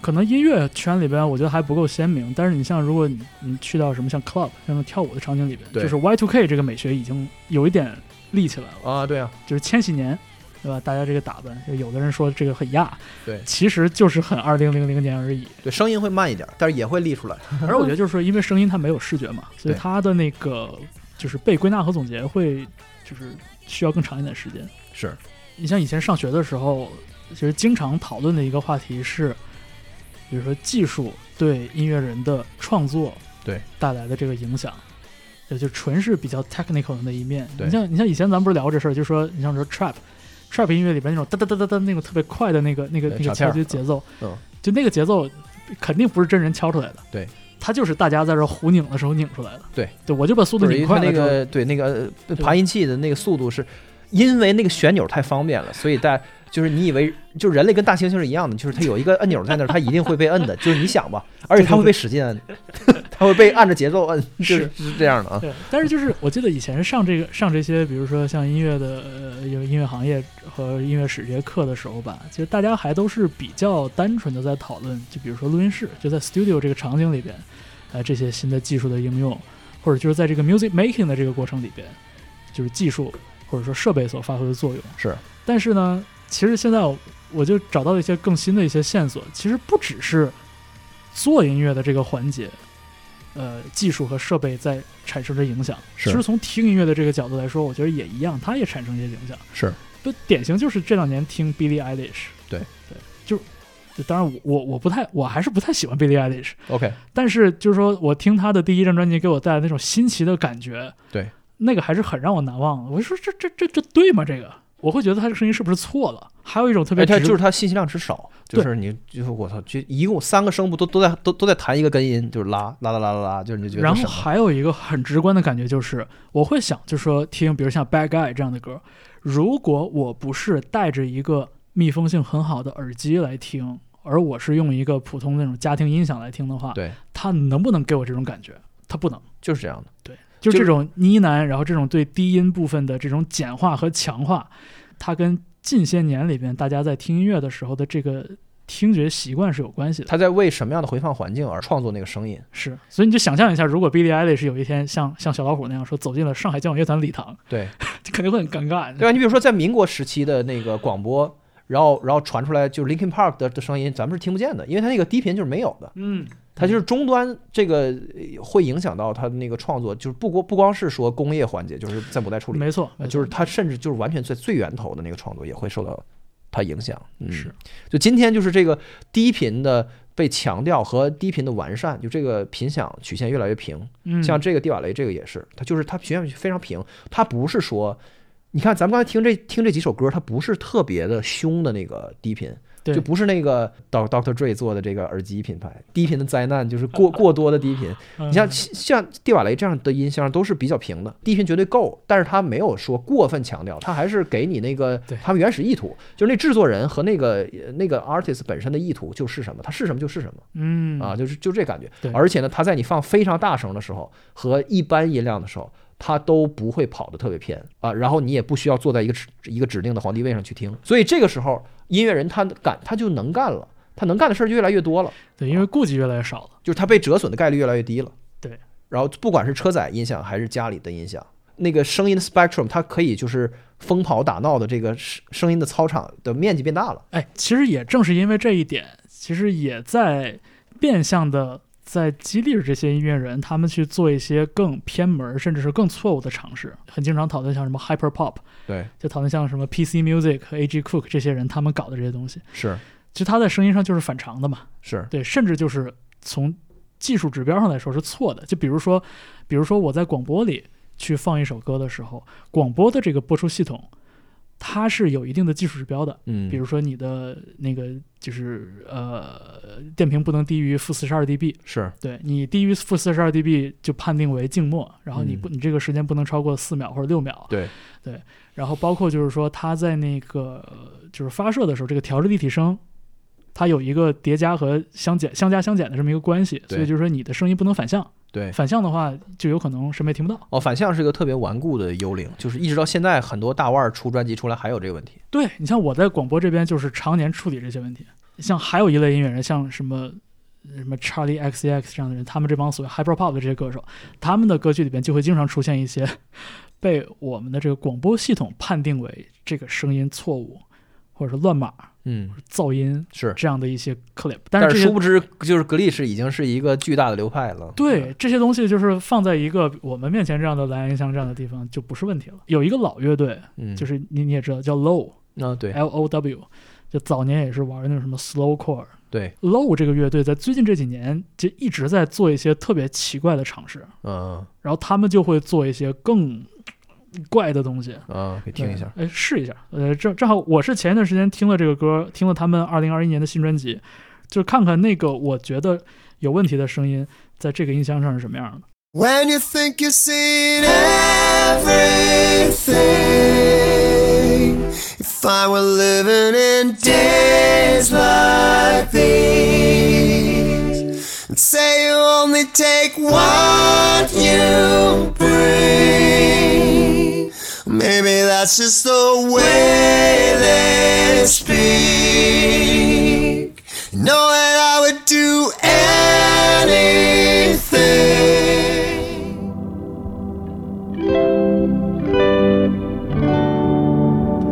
可能音乐圈里边，我觉得还不够鲜明。但是你像如果你你去到什么像 club 那种跳舞的场景里边，对就是 Y2K 这个美学已经有一点立起来了，啊，对啊，就是千禧年。对吧？大家这个打扮，就有的人说这个很亚，对其实就是很二零零零年而已。对，声音会慢一点，但是也会立出来。 (laughs) 而我觉得就是说，因为声音它没有视觉嘛，所以对它的那个就是被归纳和总结会就是需要更长一点时间。是，你像以前上学的时候，其实经常讨论的一个话题是，比如说技术对音乐人的创作对带来的这个影响，也就纯是比较 technical 的那一面。对你像你像以前咱们不是聊这事儿，就说你像说 trap trap 音乐里边那种哒哒哒哒哒那种特别快的那个那个那个对插敲呃片儿击节奏，嗯，就那个节奏肯定不是真人敲出来的，对。它就是大家在这儿胡拧的时候拧出来的，对对，我就把速度就是拧因为快那了之后，个对那个呃爬音器的那个速度是，因为那个旋钮太方便了，所以大就是你以为就是人类跟大猩猩是一样的，就是它有一个按钮在那儿，它一定会被摁的，就是你 (laughs) 想吧，而且它会被使劲摁， (laughs) 它会被按着节奏摁，就是是这样的啊。对，但是就是我记得以前上这个上这些，比如说像音乐的呃，有音乐行业和音乐史这些课的时候吧，其实大家还都是比较单纯的在讨论，就比如说录音室，就在 studio 这个场景里边，呃，这些新的技术的应用，或者就是在这个 music making 的这个过程里边，就是技术或者说设备所发挥的作用。是，但是呢，其实现在我我就找到了一些更新的一些线索，其实不只是做音乐的这个环节，呃，技术和设备在产生着影响。是其实从听音乐的这个角度来说，我觉得也一样，它也产生一些影响。是，不典型就是这两年听 Billie Eilish，对对，就就当然我我我不太我还是不太喜欢 Billie Eilish， OK，但是就是说我听他的第一张专辑给我带来那种新奇的感觉，对，那个还是很让我难忘的。我就说这这这这对吗？这个我会觉得他的声音是不是错了？还有一种特别哎，它直，就是它信息量之少，对就是你就是我操，就一共三个声部都都在都都在弹一个根音，就是拉拉拉拉拉拉，就是你就觉得然这后什么还有一个很直观的感觉就是，我会想，就说听，比如像《Bad Guy》这样的歌，如果我不是带着一个密封性很好的耳机来听，而我是用一个普通那种家庭音响来听的话，对，它能不能给我这种感觉？它不能。就是这样的。就就是这种呢喃，然后这种对低音部分的这种简化和强化，它跟近些年里边大家在听音乐的时候的这个听觉习惯是有关系的。他在为什么样的回放环境而创作那个声音？是，所以你就想象一下，如果 Billie Eilish 有一天像像小老虎那样说走进了上海交响乐团礼堂， (laughs) 对这肯定会很尴尬。对吧？啊你比如说在民国时期的那个广播，然后然后传出来就是 Linkin Park 的的声音，咱们是听不见的，因为它那个低频就是没有的，嗯，它就是终端这个呃会影响到它的那个创作，就是不光不光是说工业环节，就是在母带处理，呃没错，没错就是它甚至就是完全在最源头的那个创作也会受到它影响。嗯，是，就今天就是这个低频的被强调和低频的完善，就这个频响曲线越来越平，嗯像这个蒂瓦雷这个也是，它就是它旋律非常平，它不是说，你看咱们刚才听这听这几首歌，它不是特别的凶的那个低频，对就不是那个 Doc Doctor Dre 做的这个耳机品牌。低频的灾难就是过过多的低频，嗯你像像蒂瓦雷这样的音箱都是比较平的，低频绝对够，但是他没有说过分强调，他还是给你那个对他们原始意图，就是那制作人和那个呃那个 artist 本身的意图就是什么，他是什么就是什么嗯啊，就是就这感觉对。而且呢，他在你放非常大声的时候和一般音量的时候，他都不会跑得特别偏啊，然后你也不需要坐在一个指一个指定的皇帝位上去听，所以这个时候音乐人他敢他就能干了，他能干的事儿就越来越多了。对，因为顾忌越来越少了，就是它被折损的概率越来越低了。对，然后不管是车载音响还是家里的音响，那个声音的 spectrum 它可以就是疯跑打闹的这个声声音的操场的面积变大了。哎，其实也正是因为这一点，其实也在变相的在激励着这些音乐人，他们去做一些更偏门儿，甚至是更错误的尝试。很经常讨论像什么 hyper pop，对，就讨论像什么 PC music 和 A.G. Cook 这些人他们搞的这些东西，是其实他在声音上就是反常的嘛。是，对，甚至就是从技术指标上来说是错的。就比如说，比如说我在广播里去放一首歌的时候，广播的这个播出系统，它是有一定的技术指标的。嗯比如说你的那个就是呃，电瓶不能低于负四十二 dB，是对你低于负四十二 dB 就判定为静默，然后你不、你这个时间不能超过四秒或者六秒，嗯对，然后包括就是说它在那个呃就是发射的时候，这个调制立体声，它有一个叠加和相减、相加相减的这么一个关系，对所以就是说你的声音不能反向，对。反向的话就有可能审美听不到。哦，反向是一个特别顽固的幽灵，就是一直到现在，很多大腕儿出专辑出来还有这个问题。对你像我在广播这边就是常年处理这些问题，像还有一类音乐人，像什么。什么 Charlie XCX 这样的人，他们这帮所谓 hyper pop 的这些歌手，他们的歌曲里边就会经常出现一些被我们的这个广播系统判定为这个声音错误，或者是乱码、嗯，噪音是，这样的一些 clip，但是但这是些殊不知，就是格力是已经是一个巨大的流派了。对这些东西就是放在一个我们面前这样的蓝牙音箱这样的地方就不是问题了。有一个老乐队，嗯，就是是你你也知道叫 Low 啊，对 L O W，就早年也是玩那种什么 slowcore。对， Low 这个乐队在最近这几年就一直在做一些特别奇怪的尝试，嗯然后他们就会做一些更怪的东西。嗯，可以听一下。对，哎，试一下。呃，正正好我是前一段时间听了这个歌，听了他们二零二一年的新专辑，就是看看那个我觉得有问题的声音在这个音箱上是什么样的。 When you think you've seen everything, if I were living in days like these, and say you only take what you bring, maybe that's just the way they speak. Knowing I would do anything.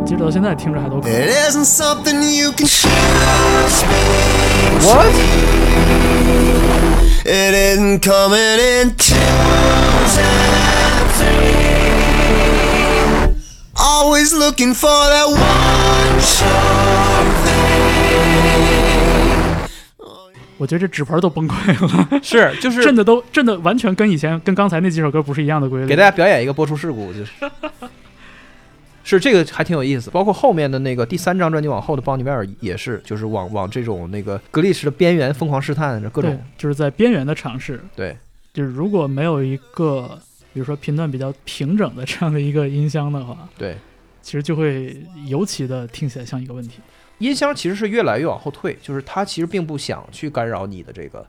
接着到现在听着还都可以。 It isn't something you can choose me. What? It isn't coming in twos and threes. Always looking for that one sure thing. 我觉得这纸盆都崩溃了，是，就 (laughs) 是震的都震的完全跟以前跟刚才那几首歌不是一样的规律。给大家表演一个播出事故，就是。是这个还挺有意思，包括后面的那个第三张专辑往后的邦尼维尔也是，就是往往这种那个格力式的边缘疯狂试探，各对种，就是在边缘的尝试，对就是如果没有一个比如说频段比较平整的这样的一个音箱的话，对其实就会尤其的听起来像一个问题。音箱其实是越来越往后退，就是它其实并不想去干扰你的这个，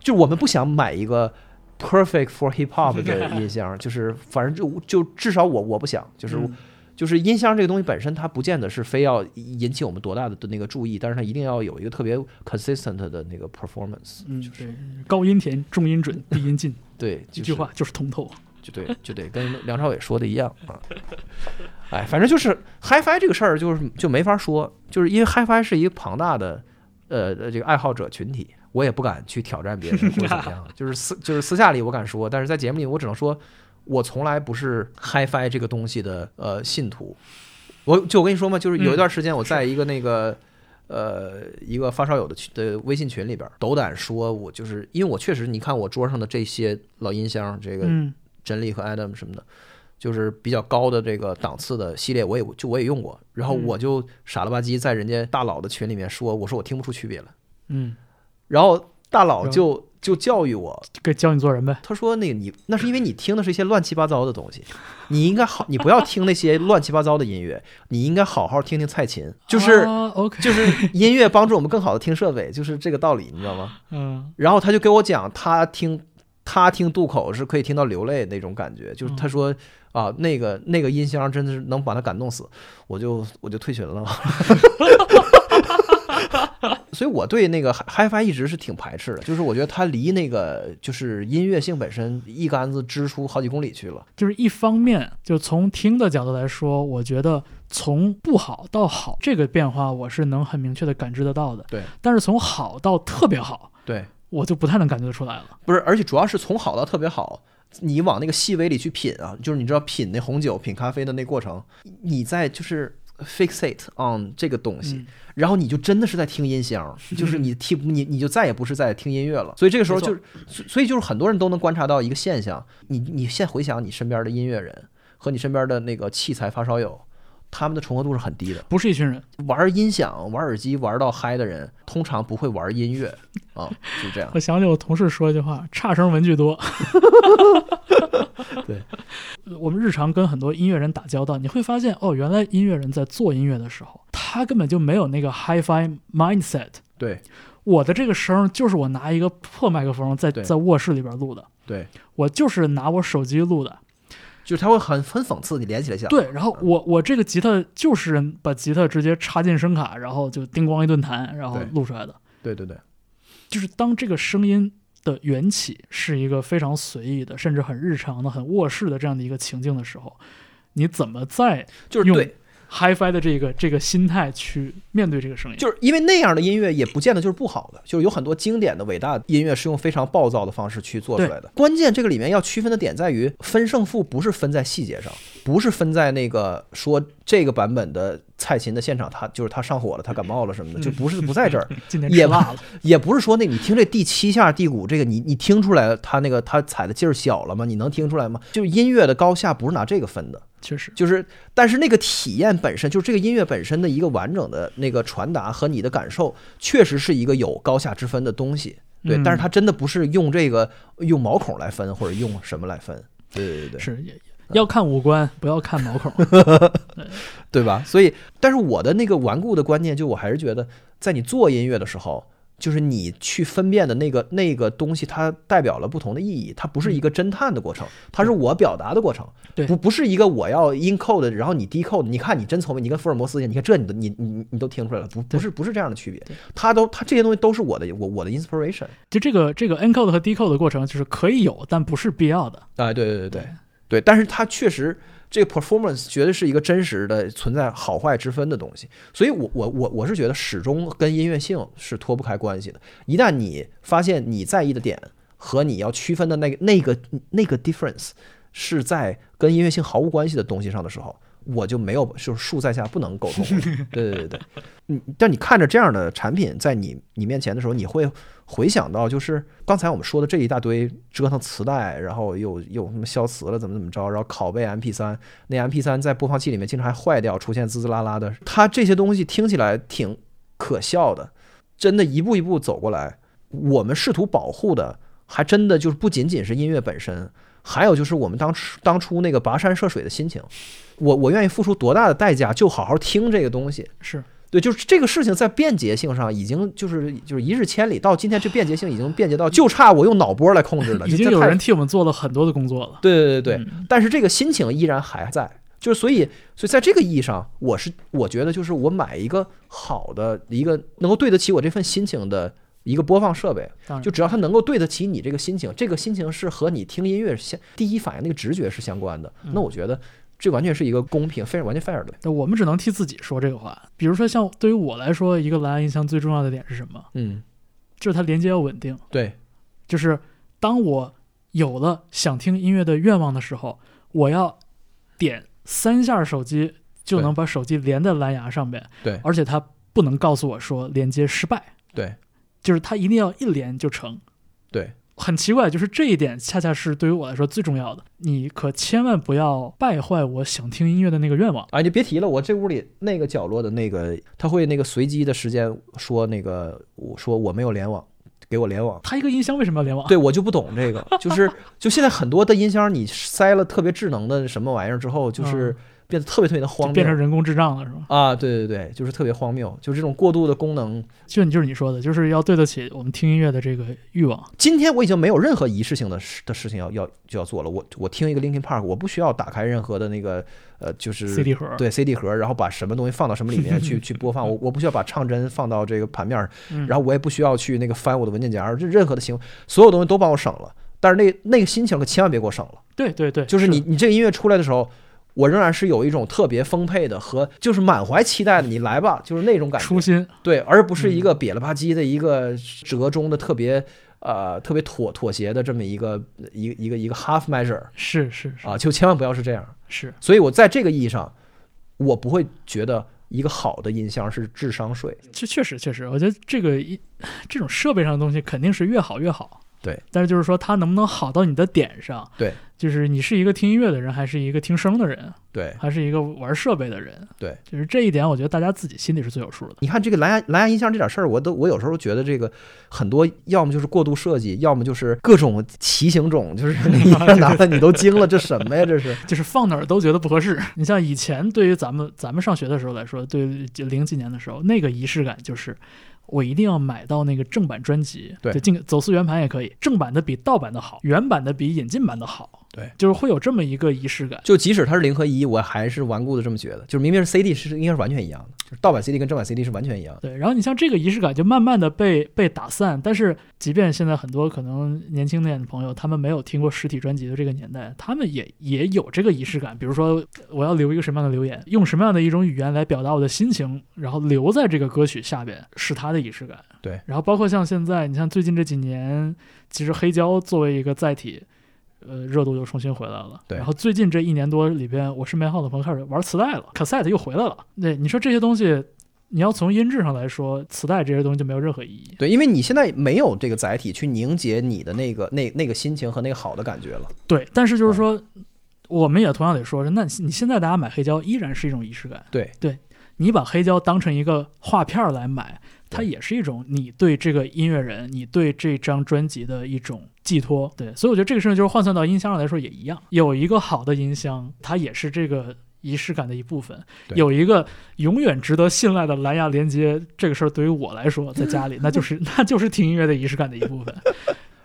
就我们不想买一个 perfect for hip (laughs) hop 的音箱，就是反正就就至少我我不想，就是、嗯就是音箱这个东西本身它不见得是非要引起我们多大的那个注意，但是它一定要有一个特别 consistent 的那个 performance，嗯，就是对，高音甜，重音准，低音近，对， (laughs) 就一句是话就是通透。就对，就得跟梁朝伟说的一样啊。哎，反正就是 HiFi 这个事儿，就是就没法说，就是因为 HiFi 是一个庞大的呃这个爱好者群体，我也不敢去挑战别人或者怎么样，就是私就是私下里我敢说，但是在节目里我只能说，我从来不是 HiFi 这个东西的呃信徒。我就我跟你说嘛，就是有一段时间我在一个那个。呃，一个发烧友的群的微信群里边儿，斗胆说，我就是因为我确实，你看我桌上的这些老音箱，这个嗯，真理和 Adam 什么的，就是比较高的这个档次的系列，我也就我也用过，然后我就傻了吧唧在人家大佬的群里面说，我说我听不出区别了，嗯，然后大佬就就教育我，给教你做人呗。他说那个你那是因为你听的是一些乱七八糟的东西，你应该好，你不要听那些乱七八糟的音乐，你应该好好听听蔡琴，就是啊 OK，就是音乐帮助我们更好的听设备，就是这个道理，你知道吗？ (laughs) 嗯然后他就给我讲，他听他听渡口是可以听到流泪那种感觉，就是他说、啊，那个那个音箱真的是能把他感动死，我就我就退群了。 (laughs) 所以我对那个 HiFi 一直是挺排斥的，就是我觉得它离那个就是音乐性本身一竿子支出好几公里去了。就是一方面，就从听的角度来说，我觉得从不好到好这个变化，我是能很明确的感知得到的。对但是从好到特别好，对，我就不太能感觉得出来了。不是，而且主要是从好到特别好，你往那个细微里去品啊，就是你知道品那红酒、品咖啡的那过程，你在就是 fixate on 这个东西，嗯然后你就真的是在听音箱，就是你听你你就再也不是在听音乐了。所以这个时候就是，所所以就是很多人都能观察到一个现象，你你现在回想你身边的音乐人和你身边的那个器材发烧友，他们的重合度是很低的。不是一群人，玩音响、玩耳机玩到嗨的人，通常不会玩音乐啊，就是这样 (laughs) 我。想起我同事说一句话：“差生文具多。” (laughs) 对，我们日常跟很多音乐人打交道，你会发现哦，原来音乐人在做音乐的时候，他根本就没有那个 hi-fi mindset。对我的这个声儿就是我拿一个破麦克风在对在卧室里边录的，对。我就是拿我手机录的。就是他会很很讽刺你连起来想，对，然后我我这个吉他就是把吉他直接插进声卡，然后就叮咣一顿弹，然后对录出来的。对对对就是当这个声音的缘起是一个非常随意的，甚至很日常的、很卧室的这样的一个情境的时候，你怎么在就是用对， HiFi 的这个这个心态去面对这个声音？就是因为那样的音乐也不见得就是不好的，就是有很多经典的伟大的音乐是用非常暴躁的方式去做出来的。关键这个里面要区分的点在于，分胜负不是分在细节上，不是分在那个说这个版本的蔡琴的现场，他就是他上火了，他感冒了什么的，就不是不在这 (laughs) 儿。今天吃也辣了，也不是说那你听这第七下第鼓这个你你听出来他那个他踩的劲儿小了吗？你能听出来吗？就是音乐的高下不是拿这个分的，确实，就是，但是那个体验本身，就是这个音乐本身的一个完整的那个传达和你的感受，确实是一个有高下之分的东西。对，嗯但是它真的不是用这个用毛孔来分，或者用什么来分。对对对，是也也要看五官，不要看毛 (laughs) 孔。对吧？所以，但是我的那个顽固的观念，就我还是觉得，在你做音乐的时候，就是你去分辨的那个那个东西，它代表了不同的意义，它不是一个侦探的过程，它是我表达的过程，对不不是一个我要 encode，然后你 decode，你看你真聪明，你跟福尔摩斯一样，你看这你都你你你都听出来了，不不是不是这样的区别，它都它这些东西都是我的我我的 inspiration，就这个这个 encode 和 decode 的过程，就是可以有，但不是必要的。哎，对对对对对，但是它确实这个 performance 绝对是一个真实的存在好坏之分的东西，所以我我我我是觉得始终跟音乐性是脱不开关系的。一旦你发现你在意的点和你要区分的那个那个那个 difference 是在跟音乐性毫无关系的东西上的时候。我就没有，就是树在下不能沟通了。对对对对，你但你看着这样的产品在你你面前的时候，你会回想到就是刚才我们说的这一大堆折腾磁带，然后又又什么消磁了，怎么怎么着，然后拷贝 MP 3那 MP 3在播放器里面经常还坏掉，出现滋滋啦啦的。它这些东西听起来挺可笑的，真的，一步一步走过来，我们试图保护的，还真的就是不仅仅是音乐本身，还有就是我们当初当初那个跋山涉水的心情。我我愿意付出多大的代价，就好好听这个东西。是，对，就是这个事情在便捷性上已经就是就是一日千里，到今天这便捷性已经便捷到就差我用脑波来控制了，已就经这有太人嗯替我们做了很多的工作了。对对对对，但是这个心情依然还在，就是所以所以在这个意义上，我是我觉得就是我买一个好的一个能够对得起我这份心情的一个播放设备当，然就只要它能够对得起你这个心情，这个心情是和你听音乐相第一反应那个直觉是相关的，嗯那我觉得这完全是一个公平，非常完全 fair 的，但我们只能替自己说这个话。比如说，像对于我来说，一个蓝牙音箱最重要的点是什么？嗯，就是它连接要稳定。对就是当我有了想听音乐的愿望的时候，我要点三下手机就能把手机连在蓝牙上面，对而且它不能告诉我说连接失败，对就是它一定要一连就成。对很奇怪，就是这一点恰恰是对于我来说最重要的。你可千万不要败坏我想听音乐的那个愿望。啊，你就别提了，我这屋里那个角落的那个，他会那个随机的时间说那个，我说我没有联网，给我联网。它一个音箱为什么要联网？对我就不懂这个，就是就现在很多的音箱，你塞了特别智能的什么玩意儿之后，就是变得特别特别的荒嗯就变成谬。人工智障了是吗？啊，对对对，就是特别荒谬，就是这种过度的功能。就就是你说的，就是要对得起我们听音乐的这个欲望。今天我已经没有任何仪式性的事的事情要要就要做了。我我听一个 Linkin Park，我不需要打开任何的那个呃，就是 CD 盒对 CD 盒，然后把什么东西放到什么里面去去播放。我我不需要把唱针放到这个盘面上，然后我也不需要去那个翻我的文件夹，这任何的行为，所有东西都帮我省了。但是那那个心情可千万别给我省了。对对对，就是的你你这个音乐出来的时候，我仍然是有一种特别丰沛的和就是满怀期待的，你来吧，就是那种感觉。初心，对，而不是一个瘪了吧唧的一个折中的特别呃特别妥妥协的这么一个一个一个一个 half measure 是是是啊，就千万不要是这样。是，所以我在这个意义上，我不会觉得一个好的音箱是智商税。这确实确实，我觉得这个一这种设备上的东西肯定是越好越好。对，但是就是说它能不能好到你的点上？对，就是你是一个听音乐的人，还是一个听声的人，对还是一个玩设备的人？哎对，就是这一点，我觉得大家自己心里是最有数的。你看这个蓝牙蓝牙音箱这点事儿，我都我有时候觉得这个很多，要么就是过度设计，要么就是各种奇形种，就是你拿的你都惊了，这什么呀？这是就是放哪儿都觉得不合适。你像以前对于咱们咱们上学的时候来说，对于就零几年的时候，那个仪式感就是我一定要买到那个正版专辑，对就进走私圆盘也可以，正版的比盗版的好，原版的比引进版的好，对，就是会有这么一个仪式感。就即使它是零和一，我还是顽固的这么觉得，就是明明是 CD 是应该是完全一样的，就是盗版 CD 跟正版 CD 是完全一样的。对，然后你像这个仪式感就慢慢的被被打散，但是即便现在很多可能年轻点的朋友，他们没有听过实体专辑的这个年代，他们也也有这个仪式感。比如说，我要留一个什么样的留言，用什么样的一种语言来表达我的心情，然后留在这个歌曲下边，是他的仪式感。对然后包括像现在，你像最近这几年，其实黑胶作为一个载体。呃，热度又重新回来了。对然后最近这一年多里边，我身边好多朋友开始玩磁带了，cassette 又回来了。对，你说这些东西，你要从音质上来说，磁带这些东西就没有任何意义。对，因为你现在没有这个载体去凝结你的那个那那个心情和那个好的感觉了。对，但是啊就是说，我们也同样得说，那你你现在大家买黑胶依然是一种仪式感，对你把黑胶当成一个画片儿来买，它也是一种你对这个音乐人、你对这张专辑的一种寄托。对，所以我觉得这个事情就是换算到音箱上来说也一样，有一个好的音箱，它也是这个。仪式感的一部分，对有一个永远值得信赖的蓝牙连接，这个事儿对于我来说，在家里那就是 (laughs) 那就是听音乐的仪式感的一部分。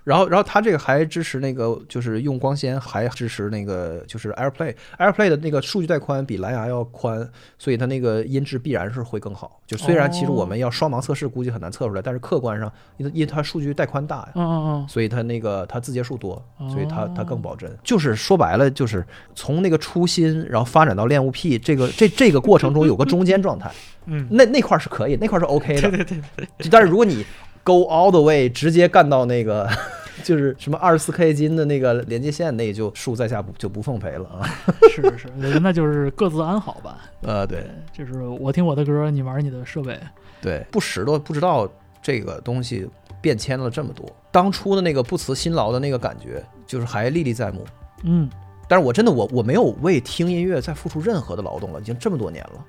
然后然后它这个还支持那个就是用光纤，还支持那个就是 AirPlay。AirPlay 的那个数据带宽比蓝牙要宽，所以它那个音质必然是会更好。就虽然其实哦我们要双盲测试，估计很难测出来，但是客观上，因为因为它数据带宽大呀。嗯嗯所以它那个它字节数多，所以它它哦更保真。就是说白了，就是从那个初心，然后发展到恋物癖，这个这这个过程中有个中间状态， (laughs) 嗯嗯，那那块儿是可以，那块儿是 OK 的。对对对， (laughs) 但是如果你 go all the way 直接干到那个 (laughs) 就是什么二十四 K 金的那个连接线，那就树在下不就不奉陪了 (laughs) 啊。是是是，我觉得那就是各自安好吧。呃，对就是我听我的歌，你玩你的设备。对，不识都不知道这个东西变迁了这么多，当初的那个不辞辛劳的那个感觉，就是还历历在目。嗯，但是我真的我我没有为听音乐再付出任何的劳动了，已经这么多年了。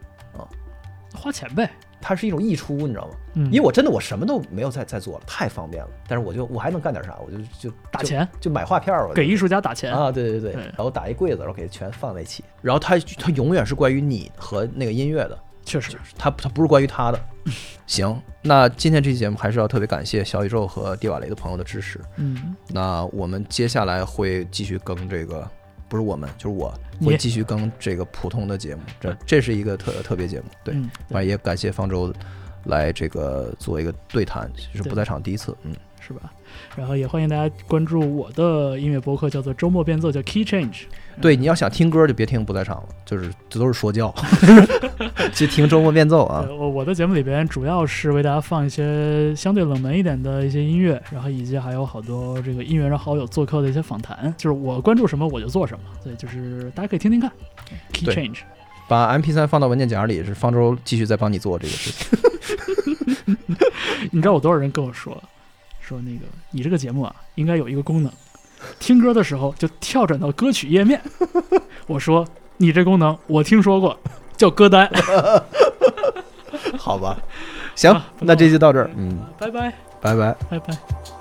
花钱呗。它是一种溢出，你知道吗？嗯，因为我真的我什么都没有再再做了，太方便了。但是我就我还能干点啥？我就就打就钱就买画片儿，我就给艺术家打钱，啊，对对对，对然后打一柜子，然后给全放在一起。然后它它永远是关于你和那个音乐的，确实它它不是关于 (laughs) 他的。行，那今天这期节目还是要特别感谢小宇宙和蒂瓦雷的朋友的支持。嗯，那我们接下来会继续更这个，不是我们，就是我你会继续更这个普通的节目。这这是一个特特别节目，嗯对。嗯反正也感谢方舟来这个做一个对谈，就是不在场第一次，嗯。是吧？然后也欢迎大家关注我的音乐博客，叫做周末变奏，叫 Key Change。嗯对，你要想听歌就别听不在场了，就是这都是说 (laughs) 教，去听周末变奏啊呃，。我我的节目里边主要是为大家放一些相对冷门一点的一些音乐，然后以及还有好多这个音乐人好友做客的一些访谈，就是我关注什么我就做什么，对，就是大家可以听听看。Key 对 Change，把 MP 3放到文件夹里，是方 (laughs) 舟继续在帮你做这个事情。你知道有多少人跟我说，说那个你这个节目啊，应该有一个功能，听歌的时候就跳转到歌曲页面。 (laughs) 我说你这功能我听说过，叫歌单。好吧，行啊，不那错这就到这儿，嗯，拜拜，拜拜。拜拜。